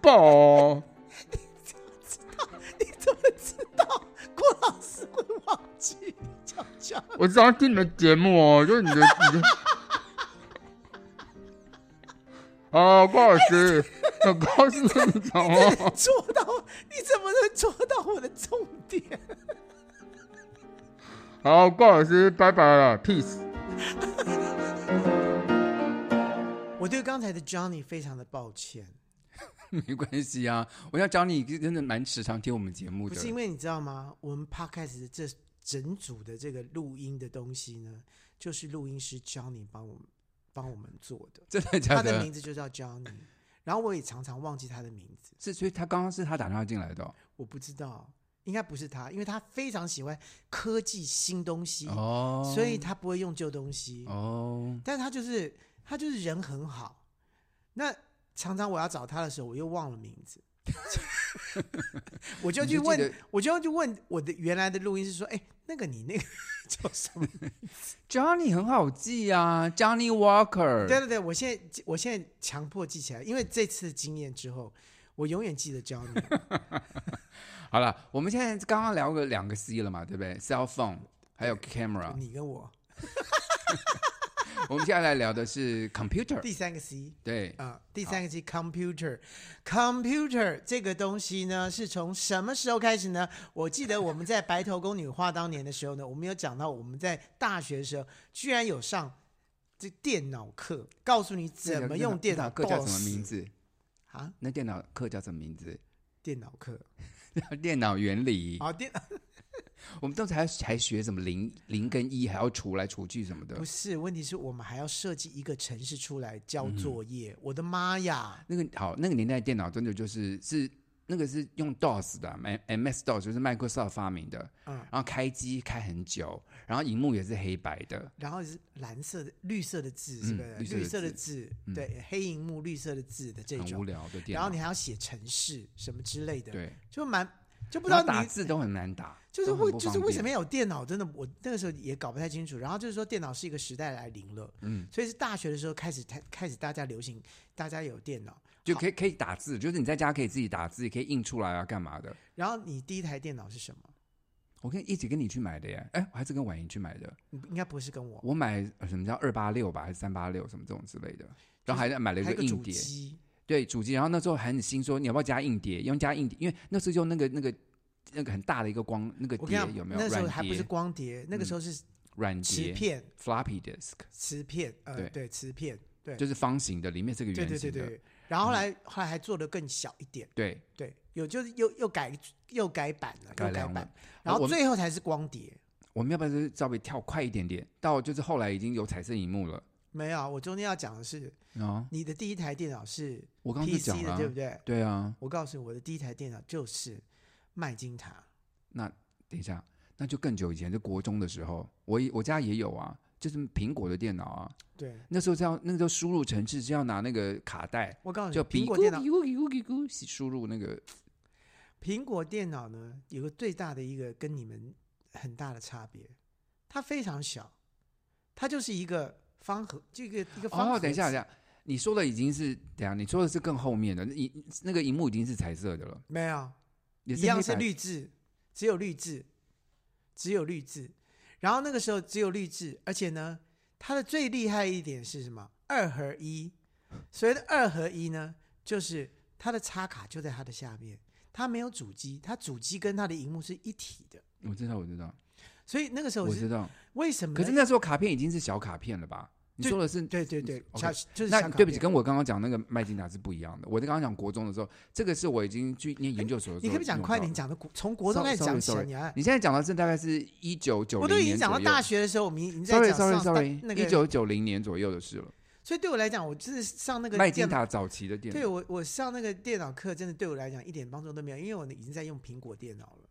Speaker 5: 爆哦！
Speaker 1: 你怎么知道郭老师会忘记你叫叫？
Speaker 5: 我早上听你们节目哦，就是你的你的。哦，郭老师，我告诉你讲哦，
Speaker 1: 捉到你怎么能捉到我的重点？ <laughs>
Speaker 5: 好，郭老师，拜拜了，peace。
Speaker 1: 我对刚才的 Johnny 非常的抱歉，
Speaker 2: <laughs> 没关系啊。我要找你，真的蛮时常听我们节目
Speaker 1: 不
Speaker 2: 的。
Speaker 1: 是因为你知道吗？我们 Podcast 的这整组的这个录音的东西呢，就是录音师 Johnny 帮我们帮我们做 <laughs> 的，
Speaker 2: 真的假
Speaker 1: 他
Speaker 2: 的？
Speaker 1: 的名字就叫 Johnny，然后我也常常忘记他的名字。
Speaker 2: 是，所以他刚刚是他打电话进来的哦。
Speaker 1: 我不知道，应该不是他，因为他非常喜欢科技新东西，
Speaker 2: 哦
Speaker 1: 所以他不会用旧东西。
Speaker 2: 哦，
Speaker 1: 但他
Speaker 2: <laughs>
Speaker 1: 就是他就是人很好。那常常我要找他的时候，我又忘了名字，我就
Speaker 2: 你
Speaker 1: 去
Speaker 2: 就记
Speaker 1: 问
Speaker 2: 得，
Speaker 1: 我就要去问我的原来的录音是说，哎，那个你那个 <laughs> 叫什么？
Speaker 2: Johnny 很好记啊，Johnny Walker。
Speaker 1: 对对对，我现在我现在强迫记起来，因为这次经验之后，我永远记得教你。
Speaker 2: <laughs> 好了，我们现在刚刚聊个两个 C 了嘛，对不对？Cell phone 还有 camera。
Speaker 1: 你跟我
Speaker 2: 我们接下来聊的是 <laughs> computer。
Speaker 1: 第三个 C
Speaker 2: 对，
Speaker 1: 啊、第三个 C computer computer 这个东西呢，是从什么时候开始呢？我记得我们在白头宫女话当年的时候呢，我们有讲到我们在大学的时候居然有上这电脑课，告诉你怎么用电
Speaker 2: 脑
Speaker 1: 脑
Speaker 2: 课叫什么名
Speaker 1: DOS
Speaker 2: 字？
Speaker 1: 啊？
Speaker 2: 那电脑课叫什么名字？ <laughs>
Speaker 1: 电脑课
Speaker 2: 电脑原理。
Speaker 1: 啊，电
Speaker 2: 我们当时还还学什么零零跟一，还要除来除去什么的
Speaker 1: <laughs> 不。是，问题是我们还要设计一个程式出来交
Speaker 2: 嗯
Speaker 1: 作业。我的妈呀！
Speaker 2: 那个好，那个年代的电脑真的就是是那个是用 DOS 的，M MS DOS 就是 Microsoft 发明的，
Speaker 1: 嗯
Speaker 2: 然后开机开很久，然后荧幕也是黑白的，
Speaker 1: 然后是蓝色的、绿色的字，是不是？
Speaker 2: 嗯绿色的嗯
Speaker 1: 的字，对，黑荧幕绿色的字的这
Speaker 2: 很无
Speaker 1: 种。
Speaker 2: 聊的电
Speaker 1: 然后
Speaker 2: 脑
Speaker 1: 你。还要写程式什么之类的，
Speaker 2: 对，
Speaker 1: 就蛮就不知
Speaker 2: 然
Speaker 1: 道
Speaker 2: 后打
Speaker 1: 你
Speaker 2: 字都很难打，
Speaker 1: 就是
Speaker 2: 都很
Speaker 1: 为
Speaker 2: 不
Speaker 1: 就是
Speaker 2: 方
Speaker 1: 为什么
Speaker 2: 便
Speaker 1: 有电脑，真的我那个时候也搞不太清楚。然后就是说电脑是一个时代来临了，嗯，所以是大学的时候开始开开始大家流行，大家有电脑，
Speaker 2: 就可以可以打字，就是你在家可以自己打字，也可以印出来啊，干嘛的？
Speaker 1: 然后你第一台电脑是什么？
Speaker 2: 我可以一起跟你去买的耶，哎，我还是跟婉莹去买的，
Speaker 1: 你应该不是跟我，
Speaker 2: 我买呃什么叫二八六吧，还是三八六什么这种之类的，然后还买了一
Speaker 1: 还有
Speaker 2: 个
Speaker 1: 个
Speaker 2: 硬
Speaker 1: 主
Speaker 2: 碟，
Speaker 1: 机，
Speaker 2: 对主机，然后那时候还很新，说你要不要加硬碟，用加硬碟，因为那时候用那个那个那个很大的一个光那个
Speaker 1: 我跟你
Speaker 2: 碟
Speaker 1: 讲，
Speaker 2: 有没有？
Speaker 1: 那时候
Speaker 2: 软
Speaker 1: 还不是
Speaker 2: 碟，
Speaker 1: 光碟，那个时候是
Speaker 2: 软
Speaker 1: 磁
Speaker 2: 碟
Speaker 1: 片，
Speaker 2: floppy disk，
Speaker 1: 磁片，呃，
Speaker 2: 对
Speaker 1: 对，磁片，对，
Speaker 2: 就是方形的，里面是个
Speaker 1: 对
Speaker 2: 圆
Speaker 1: 对对
Speaker 2: 形的，嗯
Speaker 1: 对。然后后来后来还做的更小一点，
Speaker 2: 对
Speaker 1: 对，有就是又又改又改版了，
Speaker 2: 改
Speaker 1: 又改
Speaker 2: 良
Speaker 1: 版
Speaker 2: 了，。啊
Speaker 1: 然后
Speaker 2: 我们
Speaker 1: 最后才是光碟。
Speaker 2: 我们要不要就是稍微跳快一点点，到就是后来已经有彩色荧幕了
Speaker 1: 没有，我中间要讲的是，
Speaker 2: 啊？
Speaker 1: 你的第一台电脑是
Speaker 2: 我刚刚就
Speaker 1: PC
Speaker 2: 讲了
Speaker 1: 的，
Speaker 2: 啊，
Speaker 1: 对不对？
Speaker 2: 对啊，
Speaker 1: 我告诉你，我的第一台电脑就是麦金塔，
Speaker 2: 那等一下，那就更久以前，就国中的时候，我也我家也有啊，就是苹果的电脑啊。
Speaker 1: 对。
Speaker 2: 那时候是要那个时候输入程式是要拿那个卡带，
Speaker 1: 我告诉你，
Speaker 2: 就
Speaker 1: 苹果电脑
Speaker 2: 咕，咕咕咕咕咕输入那个
Speaker 1: 苹果电脑呢有个最大的一个跟你们很大的差别，它非常小，它就是一个方盒，就一个一个方盒
Speaker 2: 哦，
Speaker 1: 子。
Speaker 2: 等一下，等一下，你说的已经是等一下，你说的是更后面的，那荧那个荧幕已经是彩色的了，
Speaker 1: 没有，
Speaker 2: 也
Speaker 1: 一样
Speaker 2: 黑
Speaker 1: 是
Speaker 2: 白
Speaker 1: 绿字，只有绿字，只有绿字。然后那个时候只有绿字，而且呢，它的最厉害一点是什么？二合一。所谓的二合一呢，就是它的插卡就在它的下面，它没有主机，它主机跟它的荧幕是一体的。
Speaker 2: 我知道，我知道，
Speaker 1: 所以那个时候
Speaker 2: 我
Speaker 1: 是
Speaker 2: 知道。
Speaker 1: 为什么呢？
Speaker 2: 可是那时候卡片已经是小卡片了吧？你
Speaker 1: 就
Speaker 2: 说的是
Speaker 1: 对对对，
Speaker 2: OK
Speaker 1: 小就是
Speaker 2: 那
Speaker 1: 小卡
Speaker 2: 对不起，
Speaker 1: 片
Speaker 2: 跟我刚刚讲那个麦金达是不一样的。我刚刚讲国中的时候，这个是我已经去念研究所的时
Speaker 1: 你
Speaker 2: 候用
Speaker 1: 可不
Speaker 2: 到的。
Speaker 1: 可以讲快点？你讲的古从国中开始
Speaker 2: Sorry，
Speaker 1: 讲起来，
Speaker 2: sorry，
Speaker 1: 你看，
Speaker 2: 你现在讲到这大概是一九九
Speaker 1: 我
Speaker 2: 零
Speaker 1: 都
Speaker 2: 年
Speaker 1: 已经讲到
Speaker 2: 左右
Speaker 1: 大学的时候，我们已经在
Speaker 2: ，sorry
Speaker 1: 讲上
Speaker 2: sorry
Speaker 1: 大
Speaker 2: sorry，
Speaker 1: 那
Speaker 2: 一
Speaker 1: 个，
Speaker 2: 九九零年左右的事了。
Speaker 1: 所以对我来讲，我真的上那个
Speaker 2: 麦
Speaker 1: 电
Speaker 2: 金
Speaker 1: 脑，
Speaker 2: 塔早期的电
Speaker 1: 对
Speaker 2: 脑，
Speaker 1: 我我上那个电脑课，真的对我来讲一点帮助都没有，因为我已经在用苹果电脑了。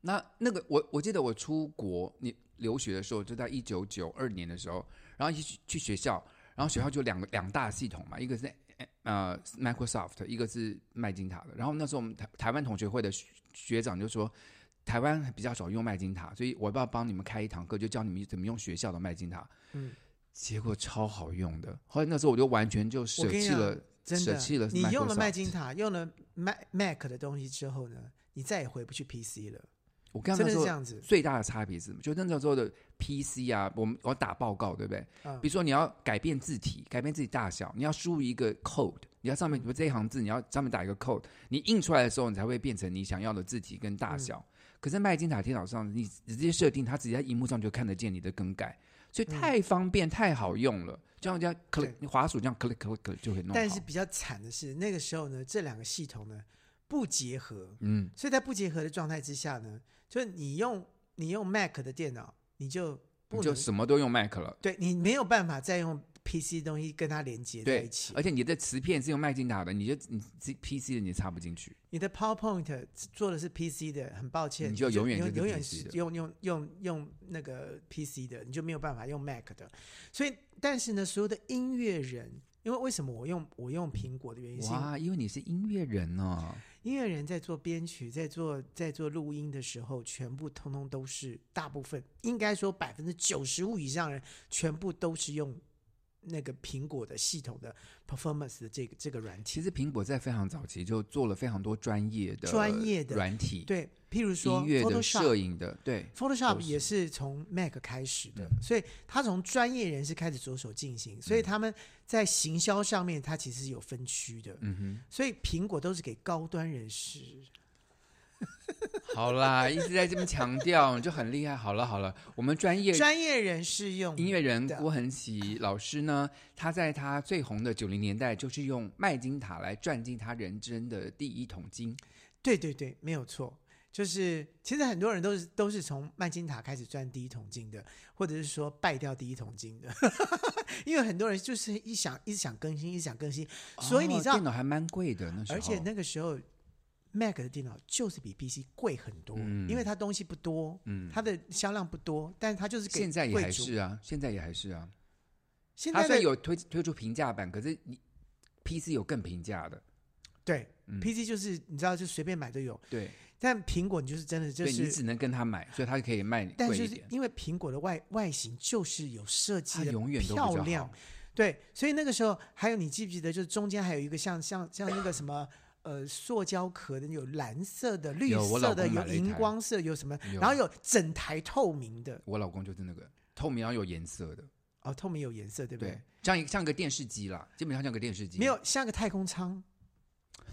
Speaker 2: 那那个我我记得我出国你留学的时候，就在一九九二年的时候，然后一起去学校，然后学校就两个两大系统嘛，一个是呃 Microsoft，一个是麦金塔的。然后那时候我们台台湾同学会的学学长就说。台湾比较少用麦金塔，所以我要不要帮你们开一堂课，就教你们怎么用学校的麦金塔？
Speaker 1: 嗯，
Speaker 2: 结果超好用的。后来那时候我就完全就舍
Speaker 1: 我跟你
Speaker 2: 弃
Speaker 1: 讲
Speaker 2: 了，
Speaker 1: 真
Speaker 2: 舍
Speaker 1: 的
Speaker 2: 弃了，
Speaker 1: 你用了
Speaker 2: Microsoft
Speaker 1: 麦金塔，用了 Mac Mac 的东西之后呢，你再也回不去 PC 了，
Speaker 2: 我刚
Speaker 1: 真的是
Speaker 2: 刚那时
Speaker 1: 这
Speaker 2: 候
Speaker 1: 样子。
Speaker 2: 最大的差别是什么？就那时候的 PC 啊，我们我要打报告，对不对？
Speaker 1: 嗯
Speaker 2: 比如说你要改变字体，改变字体大小，你要输入一个 code，你要上面比如这一行字，你要上面打一个 code，你印出来的时候，你才会变成你想要的字体跟大小。
Speaker 1: 嗯
Speaker 2: 可是麦金塔电脑上，你直接设定，它直接在荧幕上就看得见你的更改，所以太方便、太好用了。就像人家 click，
Speaker 1: 嗯对
Speaker 2: 你滑鼠这样 click click click 就可以弄好。
Speaker 1: 但是比较惨的是，那个时候呢，这两个系统呢不结合，
Speaker 2: 嗯，
Speaker 1: 所以在不结合的状态之下呢，就是你用你用 Mac 的电脑，你就
Speaker 2: 你
Speaker 1: 不
Speaker 2: 就
Speaker 1: 能
Speaker 2: 什么都用 Mac 了。
Speaker 1: 对你没有办法再用 PC 的东西跟它连接在
Speaker 2: 对
Speaker 1: 一，起
Speaker 2: 而。且你的磁片是用麦金塔的，你就你自己 PC 的你插不进去。
Speaker 1: 你的 PowerPoint 做的是 PC 的，很抱歉，
Speaker 2: 你就永远
Speaker 1: 你
Speaker 2: 就是
Speaker 1: 永远
Speaker 2: PC 的
Speaker 1: 用用用用那个 PC 的，你就没有办法用 Mac 的。所以，但是呢，所有的音乐人，因为为什么我用我用苹果的原因是因为
Speaker 2: 哇，因为你是音乐人哦，
Speaker 1: 音乐人在做编曲、在做在做录音的时候，全部通通都是大部分，应该说百分之九十五以上人，全部都是用那个苹果的系统的 Performance 的这个这个软体。
Speaker 2: 其实苹果在非常早期就做了非常多专业的
Speaker 1: 专业的
Speaker 2: 软体，，
Speaker 1: 对，譬如说
Speaker 2: 音乐的、摄
Speaker 1: Photoshop。
Speaker 2: 影的，对，
Speaker 1: Photoshop
Speaker 2: 都是
Speaker 1: 也是从 Mac 开始的，
Speaker 2: 嗯
Speaker 1: 所以他从专业人士开始着手进行，所以他们在行销上面，它其实是有分区的。
Speaker 2: 嗯
Speaker 1: 所以苹果都是给高端人士，
Speaker 2: 哼，好啦，一直在这边强调，你就很厉害。好了好了，我们专业
Speaker 1: 专业人士用
Speaker 2: 音乐人
Speaker 1: 的
Speaker 2: 郭恒喜老师呢，他在他最红的九零年代，就是用麦金塔来赚进他人生的第一桶金。
Speaker 1: 对对对，没有错。就是其实很多人都是都是从曼金塔开始赚第一桶金的，或者是说败掉第一桶金的， <laughs> 因为很多人就是一想一直想更新，一直想更新，所以你知
Speaker 2: 哦
Speaker 1: 道，
Speaker 2: 电脑还蛮贵的那时候，
Speaker 1: 而且那个时候 Mac 的电脑就是比 PC 贵很多，
Speaker 2: 嗯
Speaker 1: 因为它东西不多，
Speaker 2: 嗯
Speaker 1: 它的销量不多，但是它就是给
Speaker 2: 现在也
Speaker 1: 贵
Speaker 2: 还
Speaker 1: 族
Speaker 2: 是啊，现在也还是啊。
Speaker 1: 现
Speaker 2: 他
Speaker 1: 在
Speaker 2: 虽然
Speaker 1: 的
Speaker 2: 有推推出平价版，可是你 PC 有更平价的，
Speaker 1: 对、
Speaker 2: 嗯
Speaker 1: PC 就是你知道就随便买都有，
Speaker 2: 对，
Speaker 1: 但苹果你就是真的就
Speaker 2: 所以你
Speaker 1: 是
Speaker 2: 只能跟他买，所以他可以卖你
Speaker 1: 但
Speaker 2: 贵一
Speaker 1: 是
Speaker 2: 点。
Speaker 1: 因为苹果的外外形就是有设计
Speaker 2: 它
Speaker 1: 的
Speaker 2: 永远都比较
Speaker 1: 漂
Speaker 2: 好
Speaker 1: 亮，对，所以那个时候还有你记不记得，就是中间还有一个像像像那个什么。呃，塑胶壳的有蓝色的、绿
Speaker 2: 有我老
Speaker 1: 色的，
Speaker 2: 公
Speaker 1: 有
Speaker 2: 买了一
Speaker 1: 荧
Speaker 2: 台
Speaker 1: 光色，有什么？
Speaker 2: 有
Speaker 1: 然后有整台透明的，
Speaker 2: 我老公就是那个透明然后有颜色的，
Speaker 1: 哦，透明有颜色，对不对？
Speaker 2: 对，像一像个电视机啦，基本上像个电视机，
Speaker 1: 没有像个太空舱， <laughs>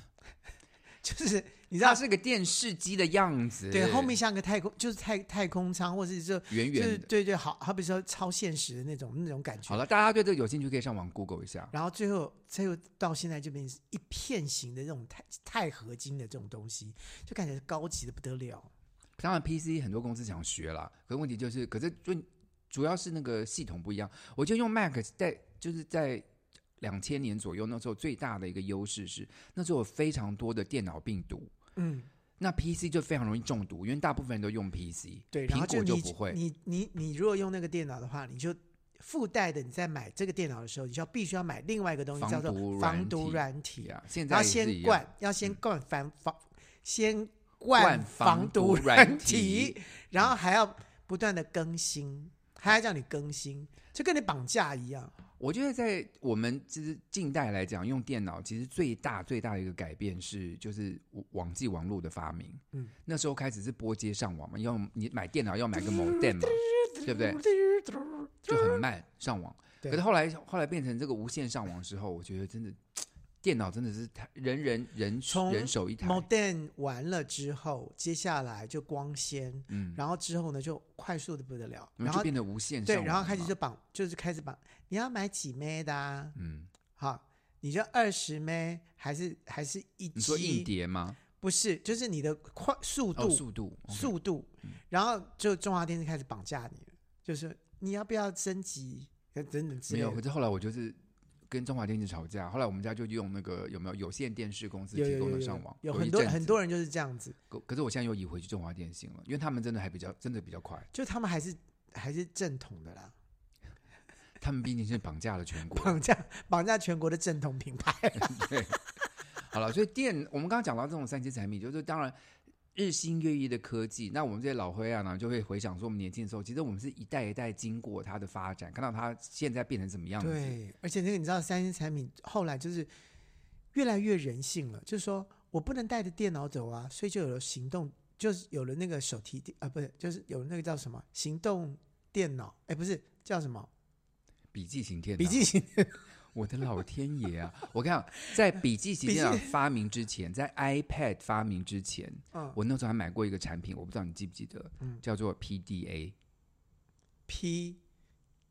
Speaker 1: 就是你知道
Speaker 2: 它，是个电视机的样子，
Speaker 1: 对，后面像个太空，就是太太空舱，或者是就
Speaker 2: 圆
Speaker 1: 就是
Speaker 2: 圆的。
Speaker 1: 对对，好好比说超现实的那种那种感觉。
Speaker 2: 好了，大家对这个有兴趣可以上网 Google 一下。
Speaker 1: 然后最后，最后到现在就变成一片型的这种钛钛合金的这种东西，就感觉高级的不得了。
Speaker 2: 当然 PC 很多公司想学啦，可是问题就是，可是就主要是那个系统不一样。我就用 Mac 在就是在两千年左右那时候最大的一个优势是，那时候有非常多的电脑病毒，
Speaker 1: 嗯，
Speaker 2: 那 PC 就非常容易中毒，因为大部分人都用 PC，
Speaker 1: 对。然
Speaker 2: 苹
Speaker 1: 后
Speaker 2: 果
Speaker 1: 你
Speaker 2: 不会。
Speaker 1: 你你你如果用那个电脑的话，你就附带的你在买这个电脑的时候，你就要必须要买另外一个东西
Speaker 2: 防
Speaker 1: 叫做
Speaker 2: 毒
Speaker 1: 防
Speaker 2: 软
Speaker 1: 毒
Speaker 2: 体
Speaker 1: 软体，
Speaker 2: 呀，现在
Speaker 1: 要
Speaker 2: 也是
Speaker 1: 先
Speaker 2: 一样嗯
Speaker 1: 灌，要先灌防防，先
Speaker 2: 灌
Speaker 1: 灌
Speaker 2: 防
Speaker 1: 防毒
Speaker 2: 毒软
Speaker 1: 软
Speaker 2: 体
Speaker 1: 体，然后还要不断的更新，还要叫你更新，就跟你绑架一样。
Speaker 2: 我觉得在我们其实近代来讲，用电脑其实最大最大的一个改变是，就是网际网络的发明。
Speaker 1: 嗯
Speaker 2: 嗯，那时候开始是拨接上网嘛，要你买电脑要买个 modem 嘛，对不对？就很慢上网。
Speaker 1: 嗯对
Speaker 2: 可是后来后来变成这个无线上网之后，我觉得真的电脑真的是太人人人
Speaker 1: 从
Speaker 2: 人手一台。
Speaker 1: Modem 完了之后，接下来就光纤，
Speaker 2: 嗯，
Speaker 1: 然后之后呢就快速的不得了，
Speaker 2: 我们
Speaker 1: 然
Speaker 2: 就
Speaker 1: 后
Speaker 2: 变得无线上
Speaker 1: 对，
Speaker 2: 网
Speaker 1: 然后开始
Speaker 2: 嘛
Speaker 1: 就绑，就是开始绑，你要买几枚的、啊，
Speaker 2: 嗯，
Speaker 1: 好，你就二十枚还是还是一？
Speaker 2: 你说硬？碟吗？
Speaker 1: 不是，就是你的快速度、
Speaker 2: 哦，速度，
Speaker 1: 速度，
Speaker 2: 嗯
Speaker 1: 然后就中华电信开始绑架你了，就是你要不要升级，呃等等之
Speaker 2: 没
Speaker 1: 类
Speaker 2: 有，可
Speaker 1: 的。
Speaker 2: 是后来我就是跟中华电信吵架，后来我们家就用那个有没有有线电视公司
Speaker 1: 有
Speaker 2: 提
Speaker 1: 有
Speaker 2: 供
Speaker 1: 有
Speaker 2: 的
Speaker 1: 有
Speaker 2: 上网，
Speaker 1: 有
Speaker 2: 一
Speaker 1: 很多
Speaker 2: 阵
Speaker 1: 很
Speaker 2: 子
Speaker 1: 多人就是这样子，
Speaker 2: 可可是我现在又移回去中华电信了，因为他们真的还比较真的比较快，
Speaker 1: 就他们还是还是正统的啦，
Speaker 2: 他们毕竟是绑架了全
Speaker 1: <laughs>
Speaker 2: 国。
Speaker 1: 绑架绑架全国的正统品牌。
Speaker 2: <laughs> 好了，所以电我们刚刚讲到这种三 C 产品，就是当然日新月异的科技，那我们这些老灰啊呢，就会回想说我们年轻的时候，其实我们是一代一代经过它的发展，看到它现在变成什么样子。
Speaker 1: 对，而且那个你知道，三星产品后来就是越来越人性了，就是说我不能带着电脑走啊，所以就有了行动，就是有了那个手提电啊，不是，就是有那个叫什么行动电脑，哎，不是叫什么
Speaker 2: 笔记型电脑，
Speaker 1: 笔记型， <laughs>
Speaker 2: 我的老天爷啊！我跟你讲，在笔记型电脑发明之前，在 iPad 发明之前，
Speaker 1: 嗯
Speaker 2: 我那时候还买过一个产品，我不知道你记不记得，
Speaker 1: 嗯
Speaker 2: 叫做 PDA，
Speaker 1: ，P